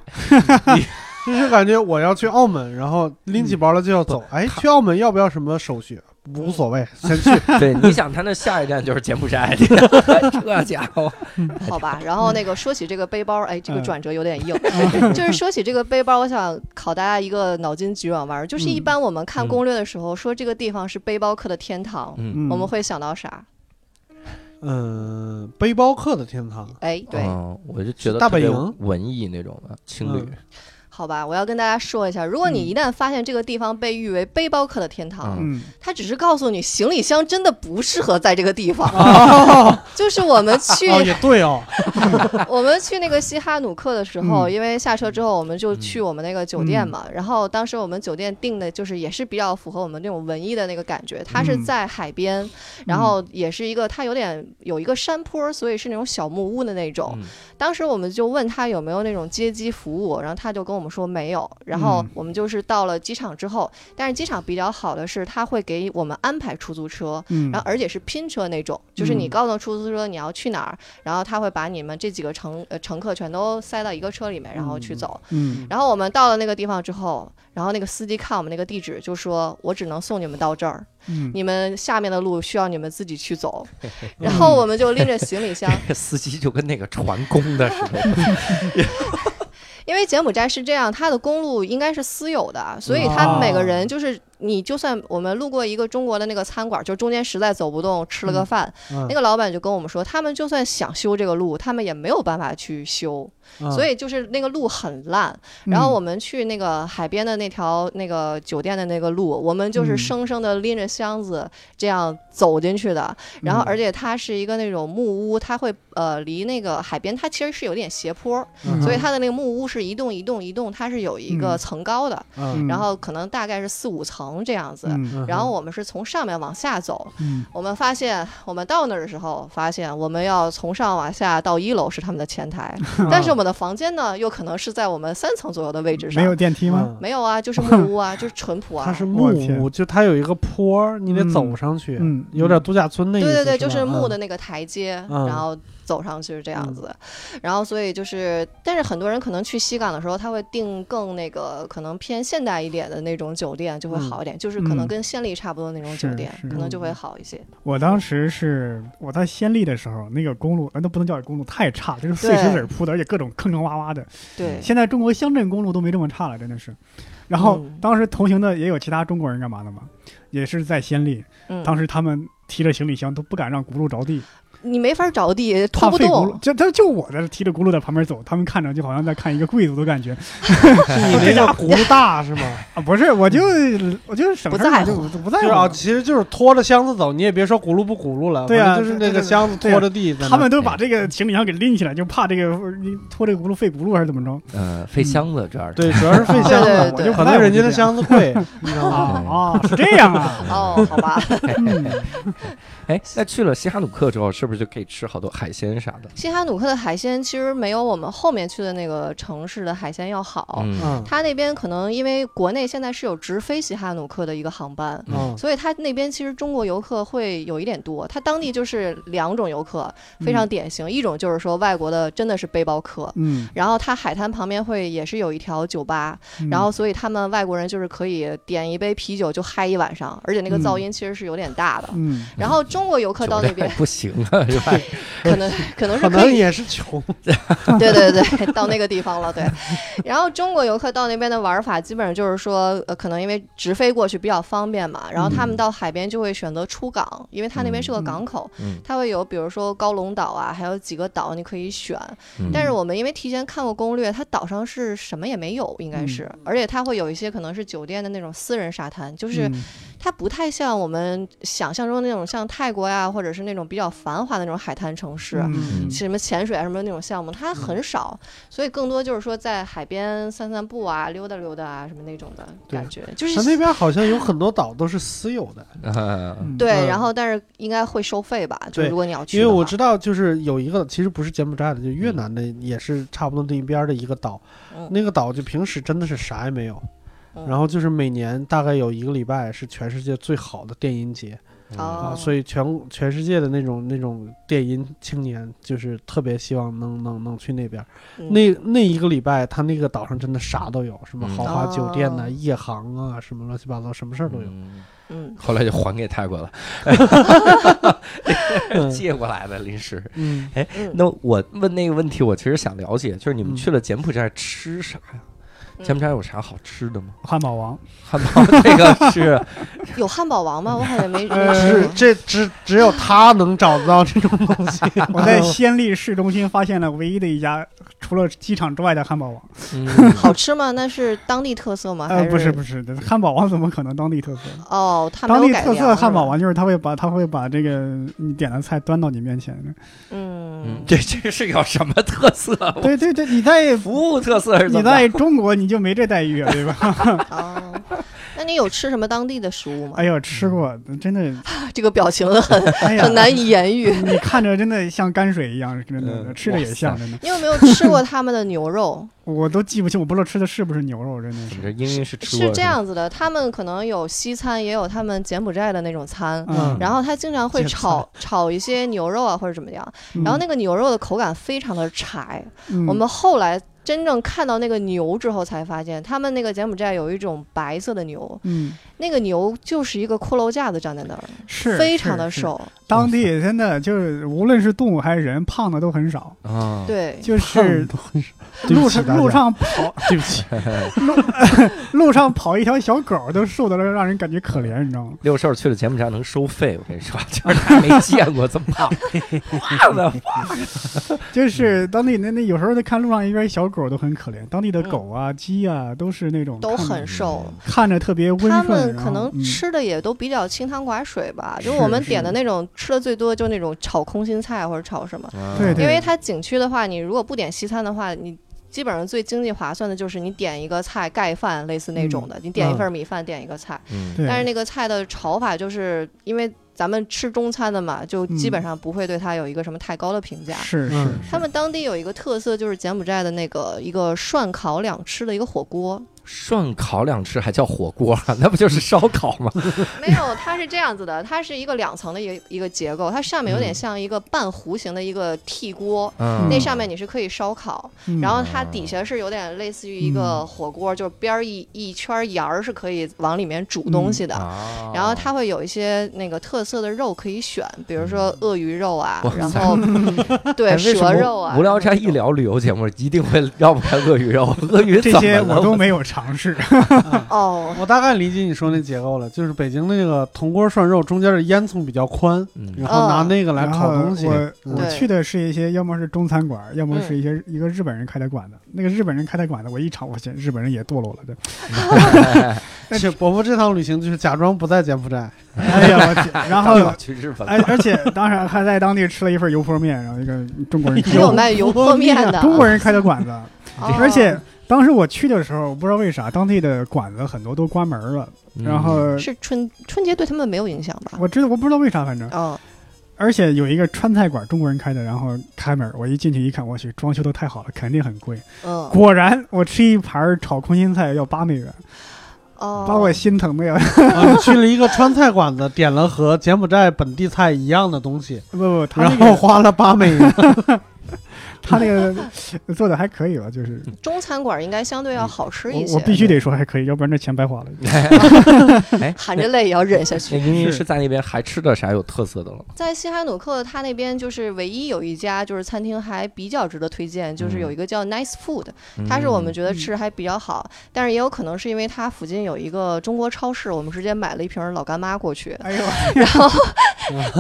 就是感觉我要去澳门，然后拎起包了就要走。哎，去澳门要不要什么手续？无所谓，先去。
对，你想他那下一站就是柬埔 [laughs] 寨，这家伙，
好吧，然后那个说起这个背包，哎，这个
嗯
转折有点硬。 [laughs] 就是说起这个背包，我想考大家一个脑筋急转弯儿，就是一般我们看攻略的时候说这个地方是背包客的天堂，
嗯，
嗯，
我们会想到啥？
嗯，背包客的天堂，
哎，对，
嗯我就觉得
大
特别
本营
文艺那种的情
嗯
侣，
好吧，我要跟大家说一下，如果你一旦发现这个地方被誉为背包客的天堂，
嗯，
它只是告诉你行李箱真的不适合在这个地方， [laughs] 就是我们去
哦，也
[laughs]
对哦，
我们去那个西哈努克的时候，
嗯
因为下车之后我们就去我们那个酒店嘛，然后当时我们酒店订的就是也是比较符合我们那种文艺的那个感觉，它是
嗯
在海边，然后也是一个它有点有一个山坡，所以是那种小木屋的那种。
嗯
当时我们就问他有没有那种接机服务，然后他就跟我们说没有。然后
嗯
我们就是到了机场之后，但是机场比较好的是他会给我们安排出租车，
嗯，
然后而且是拼车那种，就是你
嗯
告诉出租车你要去哪儿，然后他会把你们这几个乘呃乘客全都塞到一个车里面，然后去走。
嗯
然后我们到了那个地方之后，然后那个司机看我们那个地址，就说我只能送你们到这儿，
嗯，
你们下面的路需要你们自己去
[laughs]
走。然后我们就拎着行李箱， [laughs]
这 [laughs] 司机就跟那个船工的似的，
因为柬埔寨是这样，它的公路应该是私有的，所以
啊
它每个人就是。你就算我们路过一个中国的那个餐馆，就中间实在走不动，吃了个饭，
嗯
那个老板就跟我们说，他们就算想修这个路，他们也没有办法去修，所
以
以就是那个路很烂。
嗯
然后我们去那个海边的那条那个酒店的那个路，我们就是
嗯
生生的拎着箱子这样走进去的。然后
嗯
而且它是一个那种木屋，它会呃离那个海边它其实是有点斜坡，
嗯
所以它的那个木屋是一栋一栋一栋，它是有一个
嗯
层高的，
嗯
嗯
然后可能大概是四五层，层这样子。
嗯
然后我们是从上面往下走，
嗯
我们发现，我们到那儿的时候，发现我们要从上往下到一楼是他们的前台，但是我们的房间呢，又可能是在我们三层左右的位置上。
没有电梯吗？
没有啊，就是木屋啊， [laughs] 就是淳朴啊。
它是
我
木
天
屋，就它有一个坡儿，你得走
嗯
上去，
嗯
有点度假村那意
对
思。
对对，就是是
吧
木的。那个台阶，
嗯
然后走上去是这样子。然后所以就是，但是很多人可能去西港的时候，他会订更那个可能偏现代一点的那种酒店，就会好一点，就是可能
嗯
跟县丽差不多那种酒
是
店，
是
可能就会
嗯
好一些。
我当时是我在仙丽的时候，那个公路，那都不能叫公路，太差，就是碎石
对
子铺的，而且各种坑坑洼洼的。
对，
现在中国乡镇公路都没这么差了，真的是。然后
嗯
当时同行的也有其他中国人干嘛的嘛，也是在仙丽，
嗯，
当时他们提着行李箱都不敢让轱辘着地，
你没法着地，
怕
拖不
费轱
动
辘。。就他就我在这提着轱辘在旁边走，他们看着就好像在看一个贵族的感觉
是你那叫轱辘大是吗？
[laughs]
啊！不是，我就我就省
嗯不
事儿
在
就
乎
不
就
在
是啊，
乎。
其实就是拖着箱子走，你也别说轱辘不轱辘了，
对啊
反正就是
对对
那个
对
箱子
对啊
拖着地在那儿。
他们都
哎
把这个行李箱给拎起来，就怕这个你拖这个轱辘费轱辘还是怎么着
呃，费箱子主要是。
嗯对，主要是费
对
箱
对
子，
对对
可能人家的箱子
[laughs]
贵，你知道
嗯
啊
吗？
啊？是这
[laughs]
样啊？
哦，好吧，
嗯
哎，那去了西哈努克之后，是不是就可以吃好多海鲜啥的？
西哈努克的海鲜其实没有我们后面去的那个城市的海鲜要好。
嗯，
嗯
它那边可能因为国内现在是有直飞西哈努克的一个航班，
嗯，
所以它那边其实中国游客会有一点多。它当地就是两种游客非常典型，一种就是说外国的真的是背包客。
嗯，
然后它海滩旁边会也是有一条酒吧，
嗯
然后所以他们外国人就是可以点一杯啤酒就嗨一晚上，而且那个
嗯
噪音其实是有点大的。
嗯，
然后中国游客到那边
不行啊，
[laughs]
是吧？
可
[laughs]
能可能是
可
可
能
以
也是穷。
对对对， [laughs] 到那个地方了，对。然后中国游客到那边的玩法，基本上就是说，呃，可能因为直飞过去比较方便嘛，然后他们到海边就会选择出港，因为它那边是个港口，
嗯
它会有比如说高龙岛啊，还有几个岛你可以选。
嗯
但是我们因为提前看过攻略，它岛上是什么也没有，应该
嗯
是，而且它会有一些可能是酒店的那种私人沙滩，就是
嗯
它不太像我们想象中的那种像泰国呀，或者是那种比较繁华的那种海滩城市。
嗯
什么潜水啊什么那种项目，它很少，所以更多就是说在海边散散步啊、溜达溜达啊什么那种的
对
感觉，就
它那
是。
边好像有很多岛都是私有的，
啊，
嗯
对，
嗯
然后但是应该会收费吧？就
对
是如果你要去
因
的
为
话，
我知道就是有一个其实不是柬埔寨的，就越南的也是差不多那一边的一个岛，
嗯
那个岛就平时真的是啥也没有，
嗯
然后就是每年大概有一个礼拜是全世界最好的电音节
哦
啊，所以全全世界的那种那种电音青年就是特别希望能能能去那边。
嗯
那那一个礼拜，他那个岛上真的啥都有，什么
嗯
豪华酒店呐、
哦
夜航啊，什么乱七八糟，什么事儿都有。
嗯
嗯，
后来就还给泰国了，
[laughs]
借过来的临时。
嗯，
嗯
那我问那个问题，我其实想了解，就是你们
嗯
去了柬埔寨吃啥呀？
嗯
柬埔寨有啥好吃
[laughs]
的吗？
汉堡王，
汉堡这个啊是
有汉堡王吗？我好像
[laughs]
没
呃
没吃
只
过。
这只只有他能找得到这种东西。 [laughs]
我在暹粒市中心发现了唯一的一家除了机场之外的汉堡王。
嗯
[laughs] 好吃吗？那是当地特色吗？啊还
呃，不是不是，汉堡王怎么可能当地特色？
哦，他没
当
有
地
改
特
良
色汉堡，
是吧
王就是他会把他会把这个你点的菜端到你面前。
[laughs]
嗯
嗯，
这这是有什么特色？
啊
对对对，你在
服务特色是怎
你
么着？
在中国你就没这待遇啊，
[laughs]
对吧？
哦，那你有吃什么当地的食物吗
哎？呦，吃过真的，
[laughs] 这个表情很
哎呀
很，难以言
[laughs]
喻。
你看着真的像泔水一样，真的
[laughs]
嗯
吃着也像，
哇
真的，
你有没有吃过他们的牛肉？
我都记不清，我不知道吃的是不是牛肉，真的
你
是。
这英语是吃过
是
的
这，样子的，他们可能有西餐，也有他们柬埔寨的那种餐。
嗯，
然后他经常会
芥菜
炒炒一些牛肉啊，或者怎么样。然后那个牛肉的口感非常的柴。
嗯
我们后来真正看到那个牛之后，才发现他们那个柬埔寨有一种白色的牛，
嗯
那个牛就是一个骷髅架子站在那儿，
是
非
是
常的
是
瘦。
当地真的就是，无论是动物还是人，胖的都很少。
啊，
对，
就是
对不
路
起大
上
家
路上跑
对不起， [laughs]
路 [laughs] 上跑一条小狗，都瘦的让人感觉可怜，你知道吗？
六兽去了柬埔寨能收费，我跟你说，
[laughs]
就是他没见过这么胖，哇的
嗯
就是当地那那有时候在看路上一边小狗都很可怜，当地的狗啊、鸡啊都是那种
嗯都
看着
很瘦。
看着特别温
他
顺，
们
然
可
后
能
嗯
吃的也都比较清汤寡水吧，就是我们
是
点的那种吃的最多就那种炒空心菜或者炒什么。
啊
对对
因为它景区的话，你如果不点西餐的话，你基本上最经济划算的就是你点一个菜盖饭，类似那种的，你点一份米饭，点一个菜。
嗯，
嗯对，
但是那个菜的炒法，就是因为咱们吃中餐的嘛，就基本上不会对它有一个什么太高的评价。
嗯是是
嗯
他们当地有一个特色，就是柬埔寨的那个一个涮烤两吃的一个火锅，
涮烤两吃还叫火锅啊？ [laughs] 那不就是烧烤吗？
没有，它是这样子的，它是一个两层的一个一个结构，它上面有
嗯
点像一个半弧形的一个屉锅，
嗯，
那上面你是可以烧烤，
嗯
然后它底下是有点类似于一
嗯
个火锅，就是边儿一一圈儿沿儿是可以往里面煮东西的。
啊
然后它会有一些那个特色的肉可以选，比如说鳄鱼肉啊
嗯哇，
然
[laughs]
后对
哎为什么
蛇肉啊。
无聊斋一
然后
聊旅游节目，一定会绕不开鳄鱼
[laughs]
肉。鳄鱼
这
怎
些
么了
我都没有尝试。
[laughs]
哦，
我大概理解你说那结构了，就是北京那个铜锅涮肉中间的烟囱比较宽，
嗯
然
啊
后拿那个来
然
烤
后
东西。嗯
我我
对
去的是一些，要么是中餐馆，要么
嗯
是一些一个日本人开的馆子。那个日本人开的馆子，我一尝，我去，日本人也堕落了，
[laughs]
对。
而且伯父这趟旅行就是假装不在柬埔寨， [laughs]
哎呀，我去，然
咱
后哎
们老去日本吧
而而且当时还在当地吃了一份油泼面，然后一个中国人
还有卖油泼面的，
啊
中国人开的
[laughs]
馆子，
哦
而且当时我去的时候，我不知道为啥当地的馆子很多都关门了，
嗯
嗯
[laughs]
然后
是春春节对他们没有影响吧？
我知道我不知道为啥，反正
哦，
而且有一个川菜馆，中国人开的，然后开门，我一进去一看，我去，装修的太好了，肯定很贵。
嗯，
果然，我吃一盘炒空心菜要八美元，
哦，
把我心疼
[laughs]
的呀！
啊你去了一个川菜馆子，点了和柬埔寨本地菜一样的东西，
不不，他
然
那
后
个
花了八美
[laughs]
元。
他那个做的还可以吧，就是
中餐馆应该相对要好吃一
嗯我
些，
我必须得说还可以，要不然这钱白花了。
哎，
含着泪也要忍下去
那。英英
是
是在那边还吃的啥有特色的了吗？
在西哈努克，它那边就是唯一有一家就是餐厅还比较值得推荐，就是有一个叫 Nice Food，它是我
嗯
们觉得吃还比较好，但是也有可能是因为它附近有一个中国超市，我们直接买了一瓶老干妈过去，
哎呦，
然后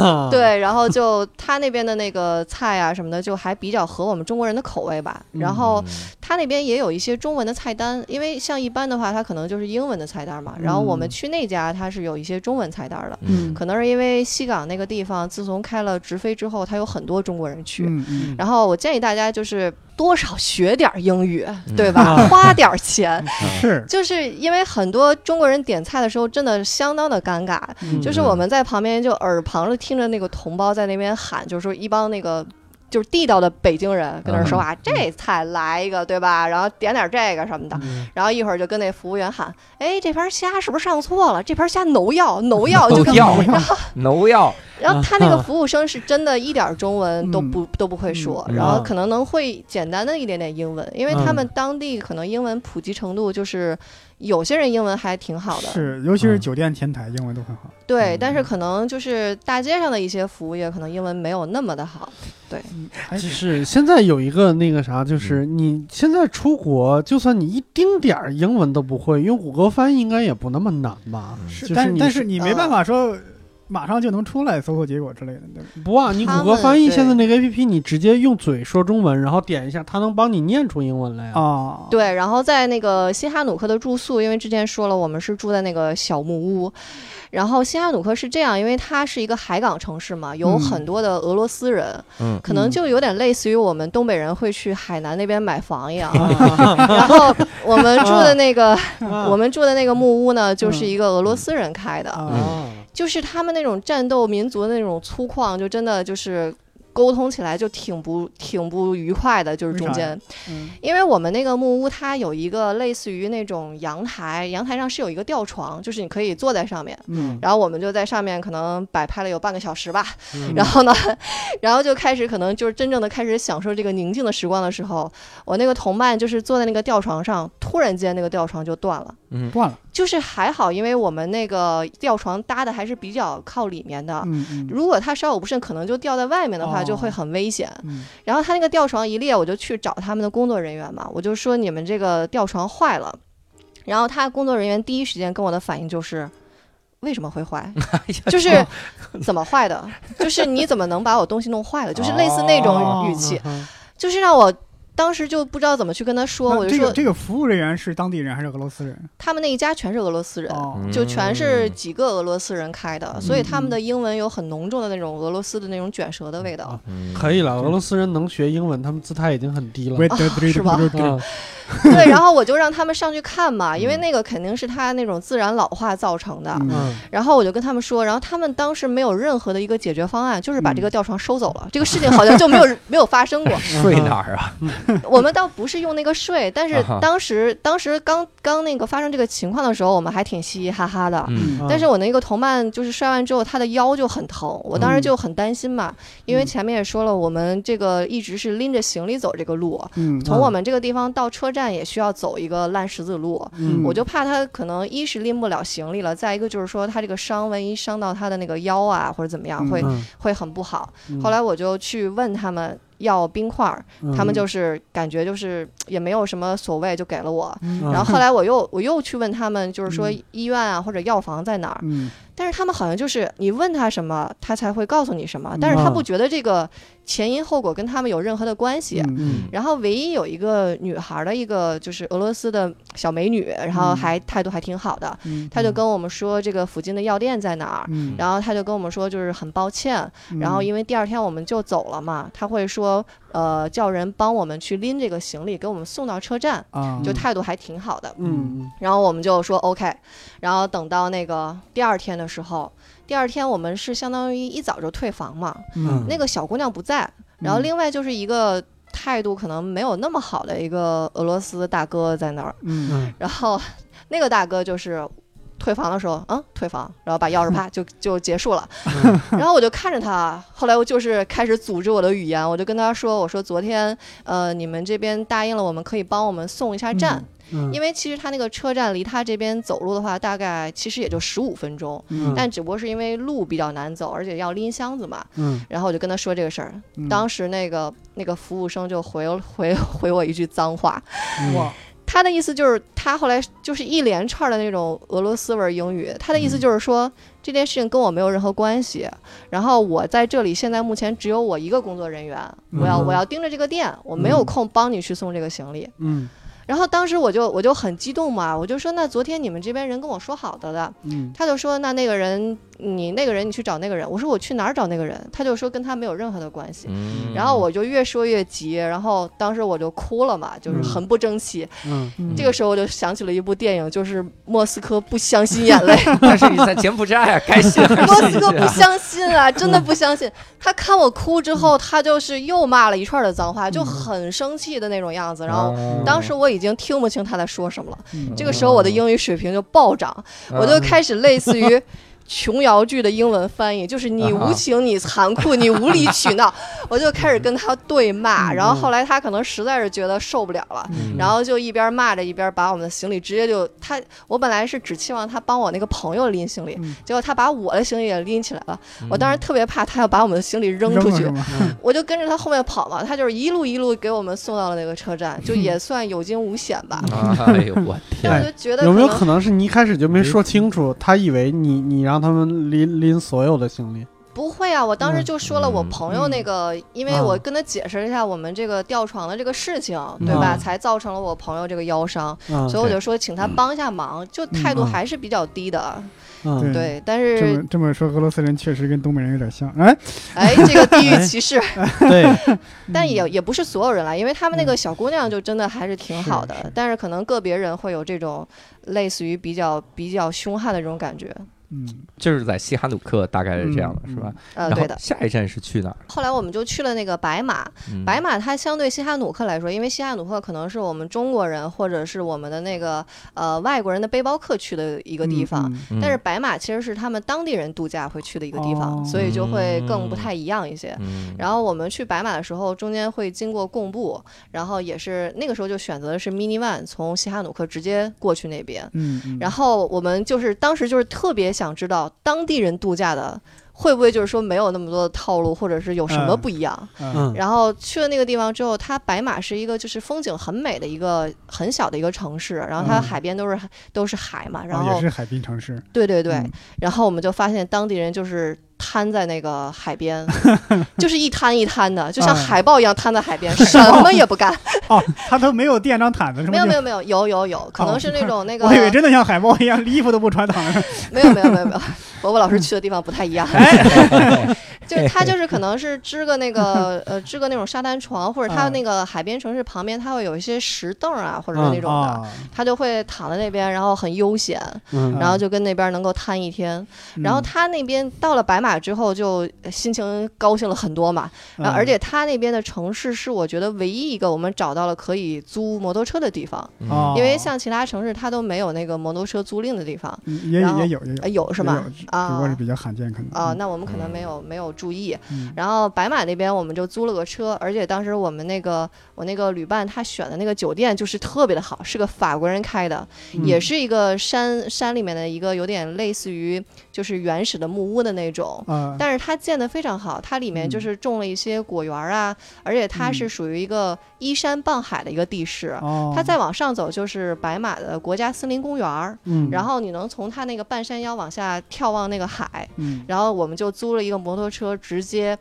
啊， [laughs]
对，然后就它那边的那个菜啊什么的，就还比较合我们中国人的口味吧。然
嗯
后它那边也有一些中文的菜单，因为像一般的话，它可能就是英文的菜单嘛。然后我们
嗯
去那家，它是有一些中文菜单的。
嗯，
可能是因为西港那个地方，自从开了直飞之后，它有很多中国人去。
[laughs] 嗯嗯，
然后我建议大家就是多少学点儿英语，
嗯
对吧？
啊
花点儿钱，
是
就是因为很多中国人点菜的时候真的相当的尴尬，
嗯
嗯就是我们在旁边就耳旁的听着那个同胞在那边喊，就是说一帮那个。就是地道的北京人跟那儿说啊，这菜来一个，对吧？然后点点这个什么的，
嗯
然后一会儿就跟那服务员喊，哎，这盘虾是不是上错了？这盘虾农药，农药就跟
药， [laughs] 农药，
然后他那个服务生是真的一点儿中文都不、都不会说，
嗯
然后
嗯
可能能会简单的一点点英文，因为他们当地可能英文普及程度就是有些人英文还挺好的，
是，尤其是
嗯
酒店前台英文都很好。
对，
嗯
但是可能就是大街上的一些服务业可能英文没有那么的好，
嗯，还
哎就
行
是现在有一个那个啥，就是你现在出国，就算你一丁点儿英文都不会，用谷歌翻译应该也不那么难吧？
是
就是
但
你
但
是
是你
呃
没办法说马上就能出来搜索结果之类的，对吧
不啊，你
他
谷歌
们
翻译
对
现在那个 APP，你直接用嘴说中文，然后点一下，它能帮你念出英文来呀。
啊，
对，然后在那个西哈努克的住宿，因为之前说了，我们是住在那个小木屋。然后西哈努克是这样，因为它是一个海港城市嘛，有
嗯
很多的俄罗斯人，
嗯
可能
嗯
就有点类似于我们东北人会去海南那边买房一
[laughs]
样。
啊，
然后我们住的那
[laughs]
个，
嗯
啊
我们住的那个木屋呢，就是一个俄罗斯人开的，
嗯哦
啊，
就是他们那种战斗民族的那种粗犷，就真的就是。沟通起来就挺不挺不愉快的，就是中
为啥呀
间，
嗯
因为我们那个木屋它有一个类似于那种阳台，阳台上是有一个吊床，就是你可以坐在上面，
嗯
然后我们就在上面可能摆拍了有半个小时吧，
嗯
然后呢，然后就开始可能就是真正的开始享受这个宁静的时光的时候，我那个同伴就是坐在那个吊床上，突然间那个吊床就断了。
嗯
断了，
就是还好，因为我们那个吊床搭的还是比较靠里面的。
嗯嗯
如果它稍有不慎，可能就掉在外面的话，
哦
就会很危险。
嗯，
然后他那个吊床一裂，我就去找他们的工作人员嘛，我就说你们这个吊床坏了。然后他工作人员第一时间跟我的反应就是，为什么会
[laughs]
坏？
哎
就是怎么坏
哦
的？就是你怎么能把我东西弄坏了？就是类似那种语气，
啊啊
就是让我当时就不知道怎么去跟他说，我就
那这
说
个这个服务人员是当地人还是俄罗斯人？
他们那一家全是俄罗斯人，
哦，嗯
就全是
嗯
几个俄罗斯人开的，所以他们的英文有很浓重的那种俄罗斯的那种卷舌的味道。
嗯
可以了，俄罗斯人能学英文，他们姿态已经很低了。
对对对
是吧
对对对
啊，
[laughs]
对，然后我就让他们上去看嘛，因为
嗯
那个肯定是他那种自然老化造成的。
嗯
嗯，
然后我就跟他们说，然后他们当时没有任何的一个解决方案，就是把
嗯
这个吊床收走了，这个事情好像就没有 [laughs] 没有发生
[laughs]
过。
睡哪儿啊？
我们倒不是用那个税，但是
啊哈
当时当时刚刚那个发生这个情况的时候，我们还挺嘻嘻哈哈的。
嗯
啊
但是我那个同伴就是摔完之后，他的腰就很疼，我
嗯
当时就很担心嘛，因为前面也说了，我们这个一直是拎着行李走这个路，
嗯
从我们这个地方到车站也需要走一个烂十字路，
嗯
我就怕他可能一是拎不了行李了，再一个就是说他这个伤，万一伤到他的那个腰啊或者怎么样，
嗯
会
嗯
会很不好。
嗯
后来我就去问他们要冰块儿，
嗯
他们就是感觉就是也没有什么所谓，就给了我。
嗯
然后后来我又我又去问他们，就是说
嗯
医院啊或者药房在哪儿，
嗯
但是他们好像就是你问他什么，他才会告诉你什么，但是他
嗯
啊
不觉得这个前因后果跟他们有任何的关系。
嗯
嗯
然后唯一有一个女孩儿的一个就是俄罗斯的小美女，然后还态度还挺好的，
嗯
她就跟我们说这个附近的药店在哪儿。
嗯，
然后她就跟我们说，就是很抱歉，
嗯
然后因为第二天我们就走了嘛，她会说，呃，叫人帮我们去拎这个行李，给我们送到车站，
啊，
就态度还挺好的。
嗯
然后我们就说 OK，然后等到那个第二天的时候，第二天我们是相当于一早就退房嘛，
嗯
那个小姑娘不在，然后
嗯
另外就是一个态度可能没有那么好的一个俄罗斯大哥在那儿，
嗯
嗯
然后 [laughs] 那个大哥就是退房的时候，嗯，退房，然后把
[laughs]
钥匙啪就就结束了，
嗯
[laughs] 然后我就看着他，后来我就是开始组织我的语言，我就跟他说，我说昨天呃你们这边答应了我们可以帮我们送一下站，
嗯，
因为其实他那个车站离他这边走路的话，大概其实也就十五分钟，
嗯
但只不过是因为路比较难走，而且要拎箱子嘛，
嗯
然后我就跟他说这个事儿，
嗯
当时那个那个服务生就回 [laughs] 回回我一句脏话，
嗯
哇，
他的意思就是他后来就是一连串的那种俄罗斯味儿英语，他的意思就是说、这件事情跟我没有任何关系，然后我在这里现在目前只有我一个工作人员，我要
嗯
我要盯着这个店，我没有
嗯
空帮你去送这个行李。
嗯
然后当时我就我就很激动嘛，我就说那昨天你们这边人跟我说好的了，
嗯
他就说那那个人你那个人你去找那个人，我说我去哪儿找那个人，他就说跟他没有任何的关系。
嗯
然后我就越说越急，然后当时我就哭了嘛，就是
嗯
很不争气。
嗯
嗯
这个时候我就想起了一部电影，就是《莫斯科不相信眼泪》，
但是你在柬埔寨啊，
[laughs]
该信还
莫
是
斯
信
科
啊
不相信啊，真的不相信。他看我哭之后，他就是又骂了一串的脏话，就很生气的那种样子。然后
啊
当时我已经听不清他在说什么了，
嗯
这个时候我的英语水平就暴涨，
嗯
我就开始类似于琼瑶剧的英文翻译，就是你无情，你残酷，你无理取闹，我就开始跟他对骂。
嗯
然后后来他可能实在是觉得受不了了。
嗯
然后就一边骂着一边把我们的行李直接就他，我本来是只期望他帮我那个朋友拎行李
嗯，
结果他把我的行李也拎起来了。
嗯
我当时特别怕他要把我们的行李扔出去
了，是吗
我就跟着他后面跑嘛。他就是一路一路给我们送到了那个车站，就也算有惊无险吧。
啊，哎呦我
但
天
我就觉得
哎有没有
可能
可能是你一开始就没说清楚，他以为你你让他们拎拎所有的行李？
不会啊，我当时
嗯
就说了我
嗯
朋友那个，因为
啊
我跟他解释了一下我们这个吊床的这个事情，对吧？
嗯
才造成了我朋友这个腰伤，
嗯
所以我就说请他帮一下忙，就态度
嗯
还是比较低的。
嗯
对，但
这
是
么这么说，俄罗斯人确实跟东北人有点像。哎，
哎，这个地域歧视，
对，
[laughs]
嗯
但也也不是所有人啦，因为他们那个小姑娘就真的还是挺好的，
是是
但是可能个别人会有这种类似于比较比较凶悍的这种感觉。
嗯，
就是在西哈努克大概是这样的，
嗯
是吧？
呃，
然
对
后
的。
下一站是去哪儿？
后来我们就去了那个白马，
嗯
白马它相对西哈努克来说，因为西哈努克可能是我们中国人或者是我们的那个呃外国人的背包客去的一个地方，
嗯，嗯
嗯
但是白马其实是他们当地人度假会去的一个地方，
哦
所以就会更不太一样一些。
嗯
然后我们去白马的时候，中间会经过贡布，然后也是那个时候就选择的是 mini van，从西哈努克直接过去那边。
嗯，嗯
然后我们就是当时就是特别想知道当地人度假的会不会就是说没有那么多的套路，或者是有什么
嗯
不一样。
嗯
嗯
然后去了那个地方之后，它白马是一个就是风景很美的一个很小的一个城市，然后它
嗯
海边都是、都是海嘛，然
哦
后、
也是海滨城市，
对对对，
嗯
然后我们就发现当地人就是摊在那个海
[laughs]
边，就是一摊一摊的，就
嗯
像海豹一样摊在海
[laughs]
边，什么也不干。
哦，他都没有垫张毯子是吗？
没有没
有，
有没有，有有有，可能是那种那个
哦 [laughs] 我以为真的像海豹一样，衣服都不穿躺着。
没有没有没
[laughs]
有没有，伯伯老
嗯
师去的地方不太一样，
哎
[laughs] 就是他就是
[laughs]
可能是支个那个呃支个那种沙滩床，或者他
啊
那个海边城市旁边他会有一些石凳啊或者是那种的，
啊，
他就会躺在那边，然后很悠闲，
嗯
然后就跟那边能够摊一天。
嗯
然后他那边到了白马之后就呃心情高兴了很多嘛，
嗯
然后而且他那边的城市是我觉得唯一一个我们找到了可以租摩托车的地方，
嗯
哦
因为像其他城市它都没有那个摩托车租赁的地方。
嗯也
然后
也有也有
呃，有是吗
也有只？只不过是
啊
比较罕见，可能
啊，那我们可能没有没有注意。
嗯
然后白马那边我们就租了个车，而且当时我们那个我那个旅伴他选的那个酒店就是特别的好，是个法国人开的，
嗯
也是一个山山里面的一个有点类似于就是原始的木屋的那种。
啊，
但是它建得非常好，它里面就是种了一些果园啊，而且它是属于一个依山傍海的一个地势。
哦
它再往上走就是白马的国家森林公园儿，
嗯，
然后你能从它那个半山腰往下眺望那个海，
嗯
然后我们就租了一个摩托车，直接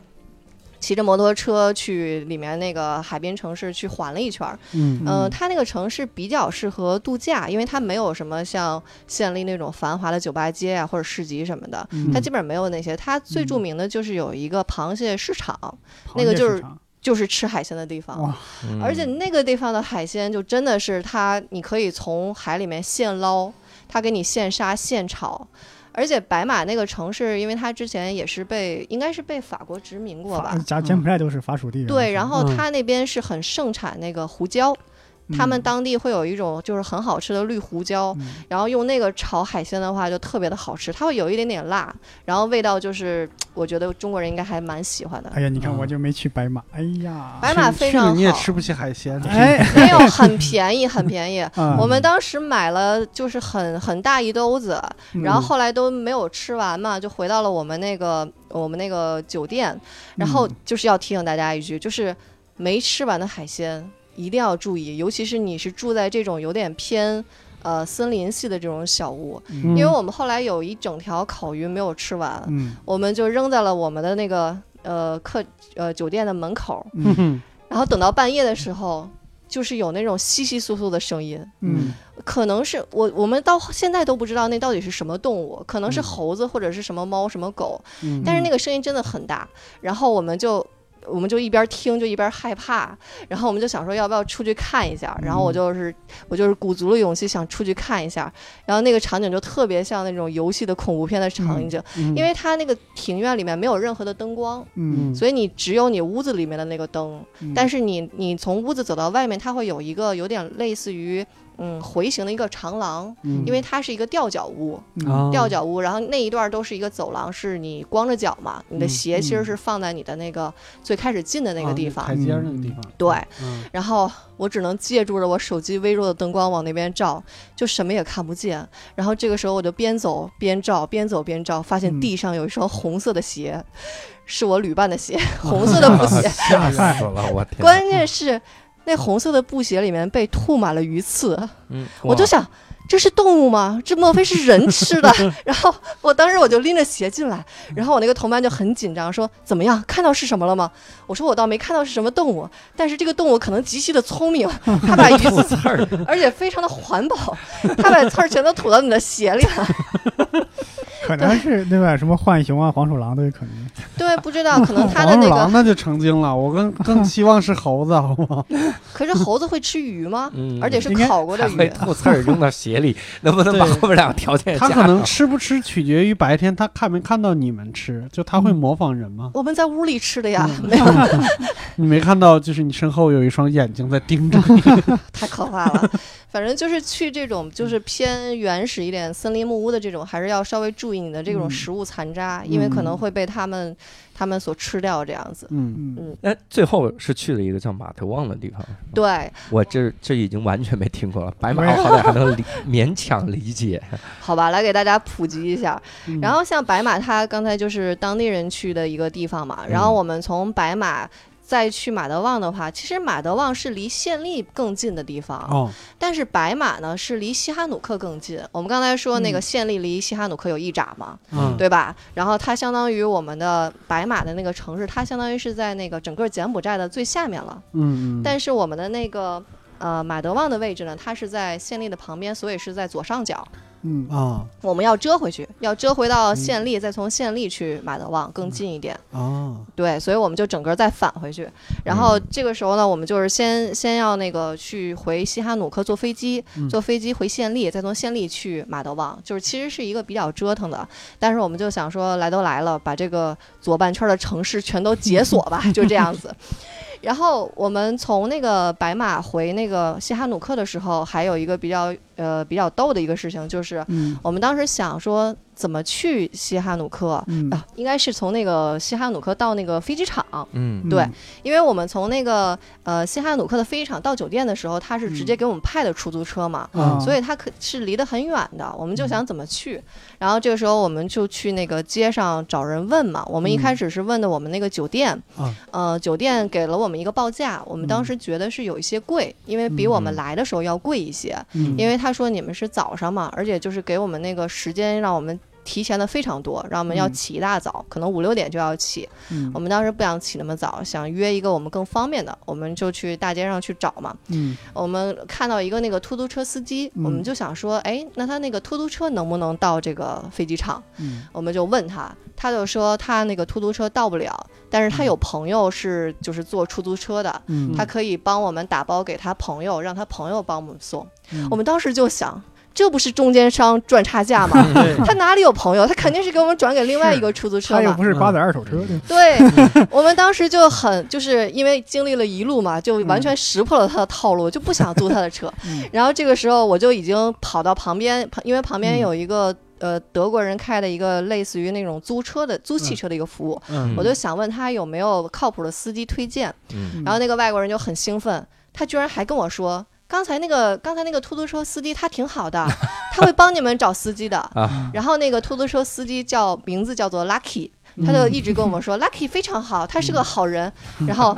骑着摩托车去里面那个海边城市去环了一圈儿。
嗯
嗯、它那个城市比较适合度假，因为它没有什么像县立那种繁华的酒吧街啊或者市集什么的。
嗯
它基本上没有那些，它最著名的就是有一个螃蟹市场，
螃
那个
蟹
就
市
是
场
就是吃海鲜的地方。
哇
[laughs]
嗯
而且那个地方的海鲜就真的是它，你可以从海里面现捞，它给你现杀现炒。而且白马那个城市，因为它之前也是被应该是被法国殖民过
法
吧，嗯
柬柬埔寨都是法属地，
对，然后
嗯
它那边是很盛产那个胡椒，
嗯
他们当地会有一种就是很好吃的绿胡椒，
嗯
然后用那个炒海鲜的话就特别的好吃，它会有一点点辣，然后味道就是我觉得中国人应该还蛮喜欢的。
哎呀，你看
嗯
我就没去白马，哎呀，
白马非常
去了
好，
你也吃不起海鲜，
哎，
没有很便宜，很
[laughs]
便宜。
啊
我们当时买了就是很很大一兜子，
嗯
然后后来都没有吃完嘛，就回到了我们那个我们那个酒店。然后
嗯
就是要提醒大家一句，就是没吃完的海鲜一定要注意，尤其是你是住在这种有点偏呃森林系的这种小屋，
嗯
因为我们后来有一整条烤鱼没有吃完，
嗯
我们就扔在了我们的那个呃客呃酒店的门口，
嗯嗯
然后等到半夜的时候，就是有那种窸窸窣窣的声音。
嗯
可能是我我们到现在都不知道那到底是什么动物，可能是
嗯
猴子或者是什么猫什么狗，
嗯
但是那个声音真的很大，然后我们就。我们就一边听就一边害怕，然后我们就想说要不要出去看一
嗯
下，然后我就是、我就是鼓足了勇气想出去看一下，然后那个场景就特别像那种游戏的恐怖片的场景，
嗯
因为它那个庭院里面没有任何的灯光，
嗯，
所以你只有你屋子里面的那个灯，
嗯
但是你你从屋子走到外面，它会有一个有点类似于嗯回形的一个长廊，
嗯
因为它是一个吊脚屋，
嗯
啊
吊脚屋，然后那一段都是一个走廊，是你光着脚嘛，你的
嗯
鞋其实
嗯
是放在你的那个最开始进的那个
啊
地方，
台阶儿那个地方，
对。
嗯
然后我只能借助着我手机微弱的灯光往那边照，就什么也看不见。然后这个时候我就边走边照，边走边照，发现
嗯
地上有一双红色的鞋，是我旅伴的鞋，红色的
[laughs]
布鞋。
吓死了，我天！
关键是那红色的布鞋里面被吐满了鱼刺，
嗯，
我就想。这是动物吗？这莫非是
[laughs]
人吃的？然后我当时我就拎着鞋进来，然后我那个同伴就很紧张，说怎么样，看到是什么了吗？我说我倒没看到是什么动物，但是这个动物可能极其的聪明，它把鱼
吐
刺，
刺儿，
而且非常的环保，它把刺儿全都吐到你的鞋里了。
可能是对吧？什么浣熊啊、黄鼠狼都有可能。
对，不知道可能它的
黄
那
鼠狼
个，
哦那就成精了，
[laughs]
我更更期望是猴子，好不好？
可是猴子会吃鱼吗？
嗯
而且是
应该
烤过的
还会
鱼。
吐刺儿扔到鞋里，能不能把
对
后面两个条件
它
加
可能
上
吃不吃取决于白天它看没看到你们吃，就它会
嗯
模仿人吗？
我们在屋里吃的呀，
嗯
没有
你没看到，就是你身后有一双眼睛在盯着
[laughs]
你。
太可怕了。反正就是去这种就是偏原始一点森林木屋的这种，还是要稍微注意你的这种
嗯
食物残渣，因为可能会被他们他们所吃掉这样子。
嗯，
嗯
哎，最后是去了一个叫马特旺的地方。
对，
我这这已经完全没听过了，白马
我也
我好歹还能理勉强理解。
好吧，来给大家普及一下。
嗯嗯
然后像白马，它刚才就是当地人去的一个地方嘛。然后我们从白马再去马德旺的话，其实马德旺是离县立更近的地方，
哦，
但是白马呢是离西哈努克更近。我们刚才说那个
嗯
县立离西哈努克有一闸嘛，
嗯，
对吧？然后它相当于我们的白马的那个城市，它相当于是在那个整个柬埔寨的最下面了。
嗯，嗯，
但是我们的那个呃马德旺的位置呢，它是在县立的旁边，所以是在左上角。
嗯，
啊
我们要折回去，要折回
嗯
到县立，再从县立去马德旺更近一点。
啊，
对，所以我们就整个再返回去。然后这个时候呢，我们就是先先要那个去回西哈努克坐飞机，
嗯
坐飞机回县立，再从县立去马德旺，就是其实是一个比较折腾的。但是我们就想说，来都来了，把这个左半圈的城市全都解锁吧， [laughs] 就这样子。然后我们从那个白马回那个西哈努克的时候，还有一个比较呃比较逗的一个事情，就是
嗯
我们当时想说怎么去西哈努克，
嗯
啊，应该是从那个西哈努克到那个飞机场，
嗯，
对，因为我们从那个呃西哈努克的飞机场到酒店的时候，他是直接
嗯
给我们派的出租车嘛，
啊，
嗯所以它可是离得很远的，我们就想怎么去。然后这个时候我们就去那个街上找人问嘛。我们一开始是问的我们那个酒店，
啊
呃，酒店给了我们一个报价，我们当时觉得是有一些贵，因为比我们
嗯
来的时候要贵一些。
嗯
因为他说你们是早上嘛，而且就是给我们那个时间让我们。提前的非常多，让我们要
嗯
起一大早，可能五六点就要起。
嗯
我们当时不想起那么早，想约一个我们更方便的，我们就去大街上去找嘛。
嗯
我们看到一个那个出租车司机，
嗯
我们就想说，哎，那他那个出租车能不能到这个飞机场？
嗯
我们就问他，他就说他那个出租车到不了，但是他
嗯
有朋友是就是坐出租车的，
嗯
他可以帮我们打包给他朋友，让他朋友帮我们送。
嗯
我们当时就想，这不是中间商赚差价
[laughs]
吗？他哪里有朋友？他肯定是给我们转给另外一个出租车
他又
嘛。
不是瓜子二手车，对 [laughs]
对，我们当时就很就是因为经历了一路嘛，就完全识破了他的套路，就不想租他的
[laughs]
车。
嗯
然后这个时候我就已经跑到旁边，旁因为旁边
嗯
有一个、呃德国人开的一个类似于那种租车的租汽车的一个服务，
嗯
我就想问他有没有靠谱的司机推荐。
嗯，
然后那个外国人就很兴奋，他居然还跟我说。刚才那个刚才那个出租车司机他挺好
[laughs]
的，他会帮你们找司机的。
啊
嗯
然后那个出租车司机叫名字叫做 Lucky，他
嗯
就一直跟我们说 Lucky 非常好，他是个好人。然后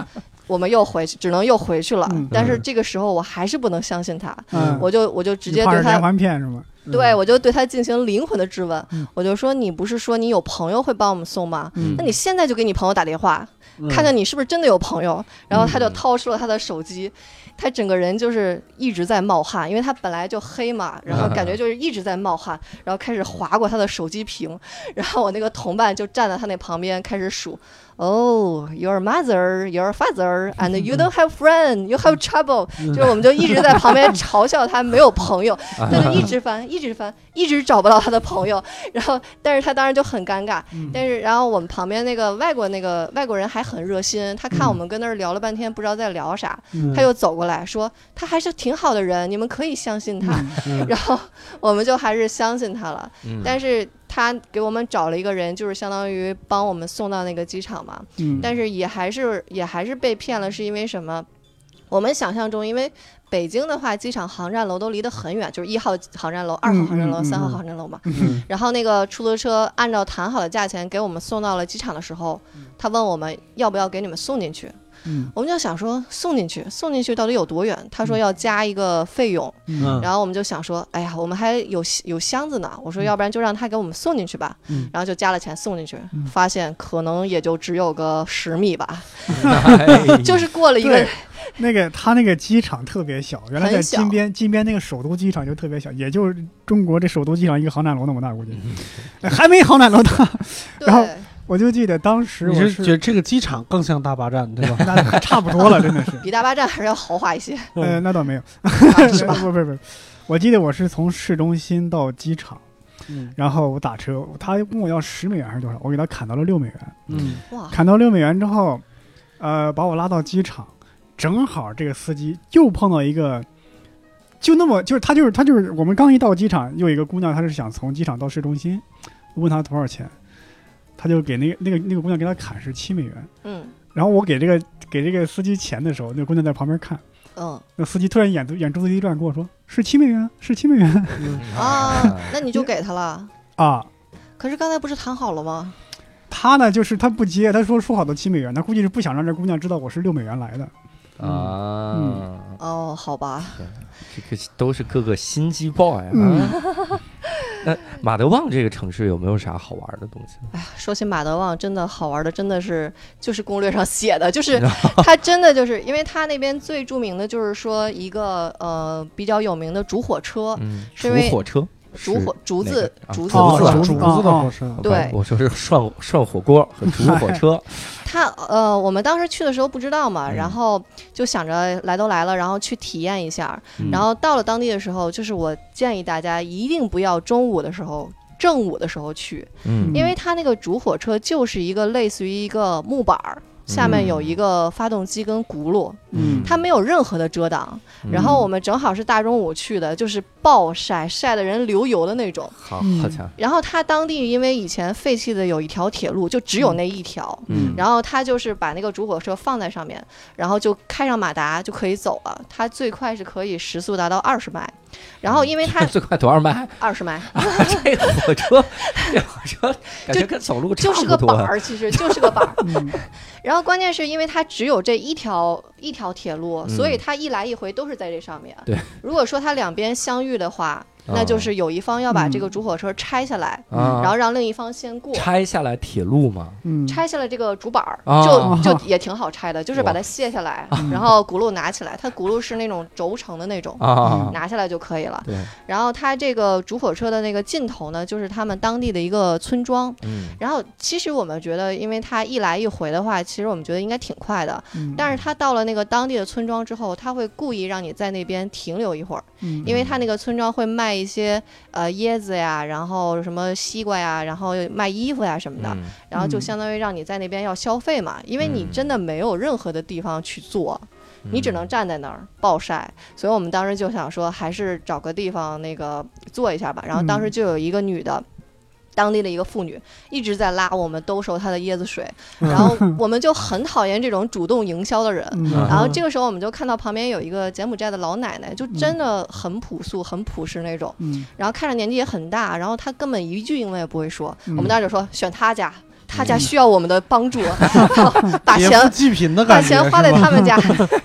我们又回去，只能又回去了
嗯。
但是这个时候我还是不能相信他，
嗯，
我就我就直
你
接
怕
对
是连
他，
环骗是吗？
对我就对他进行灵魂的质问
嗯。
我就说你不是说你有朋友会帮我们送吗？
嗯
那你现在就给你朋友打电话，
嗯
看看你是不是真的有朋友。然后他就
嗯
掏出了他的手机，他整个人就是一直在冒汗，因为他本来就黑嘛，然后感觉就是一直在冒汗，然后开始划过他的手机屏， [laughs] 然后我那个同伴就站在他那旁边开始数。Oh, your mother, your father, and you don't have friend, you have trouble。就是我们就一直在旁边嘲笑他没有朋友，他
啊
就一直翻，一直翻，一直找不到他的朋友。然后，但是他当时就很尴尬。但是，然后我们旁边那个外国那个外国人还很热心，他看我们跟那儿聊了半天，不知道在聊啥，
嗯
他又走过来说他还是挺好的人，你们可以相信他。然后我们就还是相信他了。
嗯
但是他给我们找了一个人，就是相当于帮我们送到那个机场嘛。
嗯
但是也还是也还是被骗了，是因为什么？我们想象中，因为北京的话，机场航站楼都离得很远，就是一号航站楼、二号航站楼、
嗯嗯
三号
嗯
航站楼嘛。
嗯
然后那个出租车按照谈好的价钱给我们送到了机场的时候，他问我们要不要给你们送进去，
嗯
我们就想说送进去，送进去到底有多远？他说要加一个费用，
嗯
然后我们就想说，哎呀，我们还有有箱子呢，我
嗯
说要不然就让他给我们送进去吧，
嗯
然后就加了钱送进去
嗯，
发现可能也就只有个十米吧，
哎
就是过了一个
对，那个他那个机场特别小，原来在
很小
金边，金边那个首都机场就特别小，也就是中国这首都机场一个航站楼那么大，估计
嗯
哎 [laughs] 还没航站楼大。 [laughs]
对
然后我就记得当时
你
我
是觉
是
得这个机场更像大巴站对吧？ [laughs]
那还差不多了，真的是。
比大巴站还是要豪华一些，
嗯
呃，那倒没有，
是吧？
[laughs] 不不不，我记得我是从市中心到机场，
嗯
然后我打车，他问我要十美元还是多少，我给他砍到了六美元。
嗯
哇，
砍到六美元之后，呃，把我拉到机场，正好这个司机又碰到一个，就那么就是他就是他就是我们刚一到机场，又有一个姑娘，她是想从机场到市中心，问她多少钱，他就给那个那个那个姑娘给她砍是七美元，
嗯
然后我给这个给这个司机钱的时候，那个姑娘在旁边看，
嗯
那司机突然眼珠眼珠子一转，跟我说是七美元，是七美元
嗯
啊，那你就给他了。
啊，
可是刚才不是谈好了吗？
他呢，就是他不接，他说说好的七美元，他估计是不想让这姑娘知道我是六美元来的。
啊，
哦，好吧，
这个都是各个心机 boy 啊。
嗯
那马德旺这个城市有没有啥好玩的东西？
哎呀，说起马德旺，真的好玩的，真的是就是攻略上写的，就是它真的就是，因为它那边最著名的就是说一个呃比较有名的煮火车，
嗯，
是
煮
因为
火车，
竹火竹
哪
子
个啊
竹子
哦
火
竹
车
子，
竹
哦
子的
哦
火车，
对
我说是涮涮火锅和煮火车，
它呃，我们当时去的时候不知道嘛，
嗯
然后就想着来都来了，然后去体验一下。[laughs]
嗯
然后到了当地的时候，就是我建议大家一定不要中午的时候。正午的时候去，
嗯
嗯
因为它那个主火车就是一个类似于一个木板儿，下面有一个发动机跟轱辘，
嗯
它没有任何的遮挡。
嗯
然后我们正好是大中午去的，就是暴晒，晒的人流油的那种。
好
嗯
好强，
然后它当地因为以前废弃的有一条铁路，就只有那一条，
嗯
然后他就是把那个主火车放在上面，然后就开上马达就可以走了。它最快是可以时速达到二十迈，然后因为 [laughs] 它
最快多少迈？
二十迈
[laughs] 啊这个火车，这火车感觉跟走路差
就是
不
个板
多。啊
儿，其实就是个板儿。
嗯，
然后关键是因为它只有这一条一条铁路，
嗯
所以它一来一回都是在这上面。
对，
如果说它两边相遇的话，
哦嗯
那就是有一方要把这个主火车拆下来，嗯
啊
然后让另一方先过。
拆下来铁路嘛，
嗯，
[laughs] 拆下了这个竹板儿，
哦
就就也挺好拆的，就是把
哇
它卸下
[laughs]
来，然后轱辘拿起来，它轱辘是那种轴承嗯的那种，
啊，
拿下来就可以了。
对，
然后它这个主火车的那个尽头呢，就是他们当地的一个村庄。
嗯，
然后其实我们觉得，因为它一来一回的话，其实我们觉得应该挺快的。
嗯
但是它到了那个当地的村庄之后，它会故意让你在那边停留一会儿，
嗯
因为它那个村庄会卖一些呃椰子呀，然后什么西瓜呀，然后卖衣服呀什么的。
嗯
然后就相当于让你在那边要消费嘛，因为你
嗯
真的没有任何的地方去坐，
嗯
你只能站在那儿暴晒。所以我们当时就想说，还是找个地方那个坐一下吧。然后当时就有一个女
嗯
的。当地的一个妇女一直在拉我们兜售她的椰子
[laughs]
水，然后我们就很讨厌这种主动营销的人。
嗯
然
然后这个时候我们就看到旁边有一个柬埔寨的老奶奶，就真的很朴素、很朴实那种。
嗯
然后看着年纪也很大，然后他根本一句英文也不会说。
嗯
我们当时就说选他家，他家需要我们的帮助， [laughs] 把
劫
钱
富济贫的
把
感觉，
钱花在
是吧
他们家。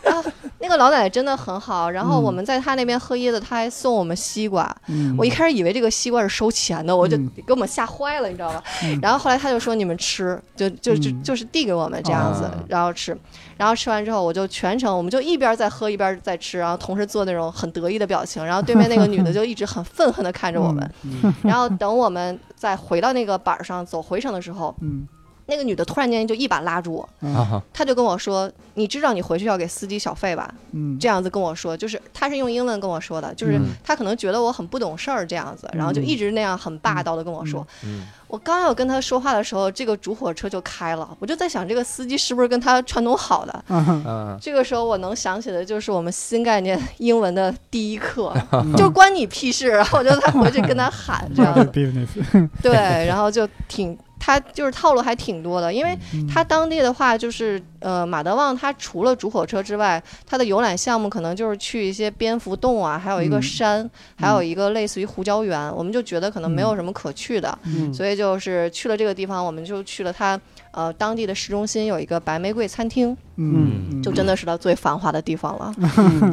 然后啊那个老奶奶真的很好，然后
嗯
我们在她那边喝椰子，她还送我们西瓜。
嗯，
我一开始以为这个西瓜是收钱的，我就
嗯
给我们吓坏了，你知道吧？
嗯
然后后来他就说你们吃，就就就
嗯
就是递给我们这样子
啊，
然后吃，然后吃完之后我就全程我们就一边在喝一边在吃，然后同时做那种很得意的表情，然后对面那个女的就一直很愤恨的看着我们，
嗯
然后等我们再回到那个板儿上走回程的时候，
嗯
那个女的突然间就一把拉住我，
啊，
她就跟我说：“你知道你回去要给司机小费吧？”
嗯
这样子跟我说，就是她是用英文跟我说的，就是
嗯
她可能觉得我很不懂事儿这样子，然后就一直那样很霸道的跟我说。
嗯，
我刚要跟她说话的时候，这个主火车就开了，我就在想这个司机是不是跟她串通好的。
嗯
啊，
这个时候我能想起的就是我们新概念英文的第一
[laughs]
课，
啊
嗯
就关你屁事！然 [laughs] 后我就再回去跟她喊这样
嗯
子。
business，
对，然后就挺他就是套路还挺多的，因为 [laughs] 他当地的话就是呃马德旺，它除了主火车之外，它的游览项目可能就是去一些蝙蝠洞啊，还有一个
嗯
山，还有一个类似于胡椒园，我们就觉得可能没有什么可去的， [laughs]
嗯
所以就是去了这个地方，我们就去了它呃当地的市中心有一个白玫瑰餐厅，
嗯，
就真的是它最繁华的地方了。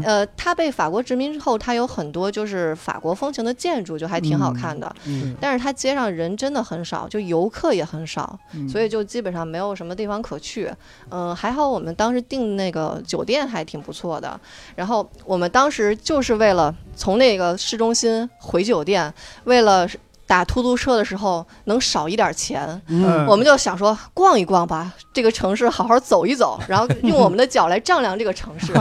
呃，它被法国殖民之后，它有很多就是法国风情的建筑，就还挺好看的。
嗯
但是它街上人真的很少，就游客也很少，
嗯，
所以就基本上没有什么地方可去。嗯、还好我们当时订那个酒店还挺不错的，然后我们当时就是为了从那个市中心回酒店，为了。打出租车的时候能少一点钱，
嗯
我们就想说逛一逛吧，这个城市好好走一走，然后用我们的脚来丈量这个城
[laughs]
市，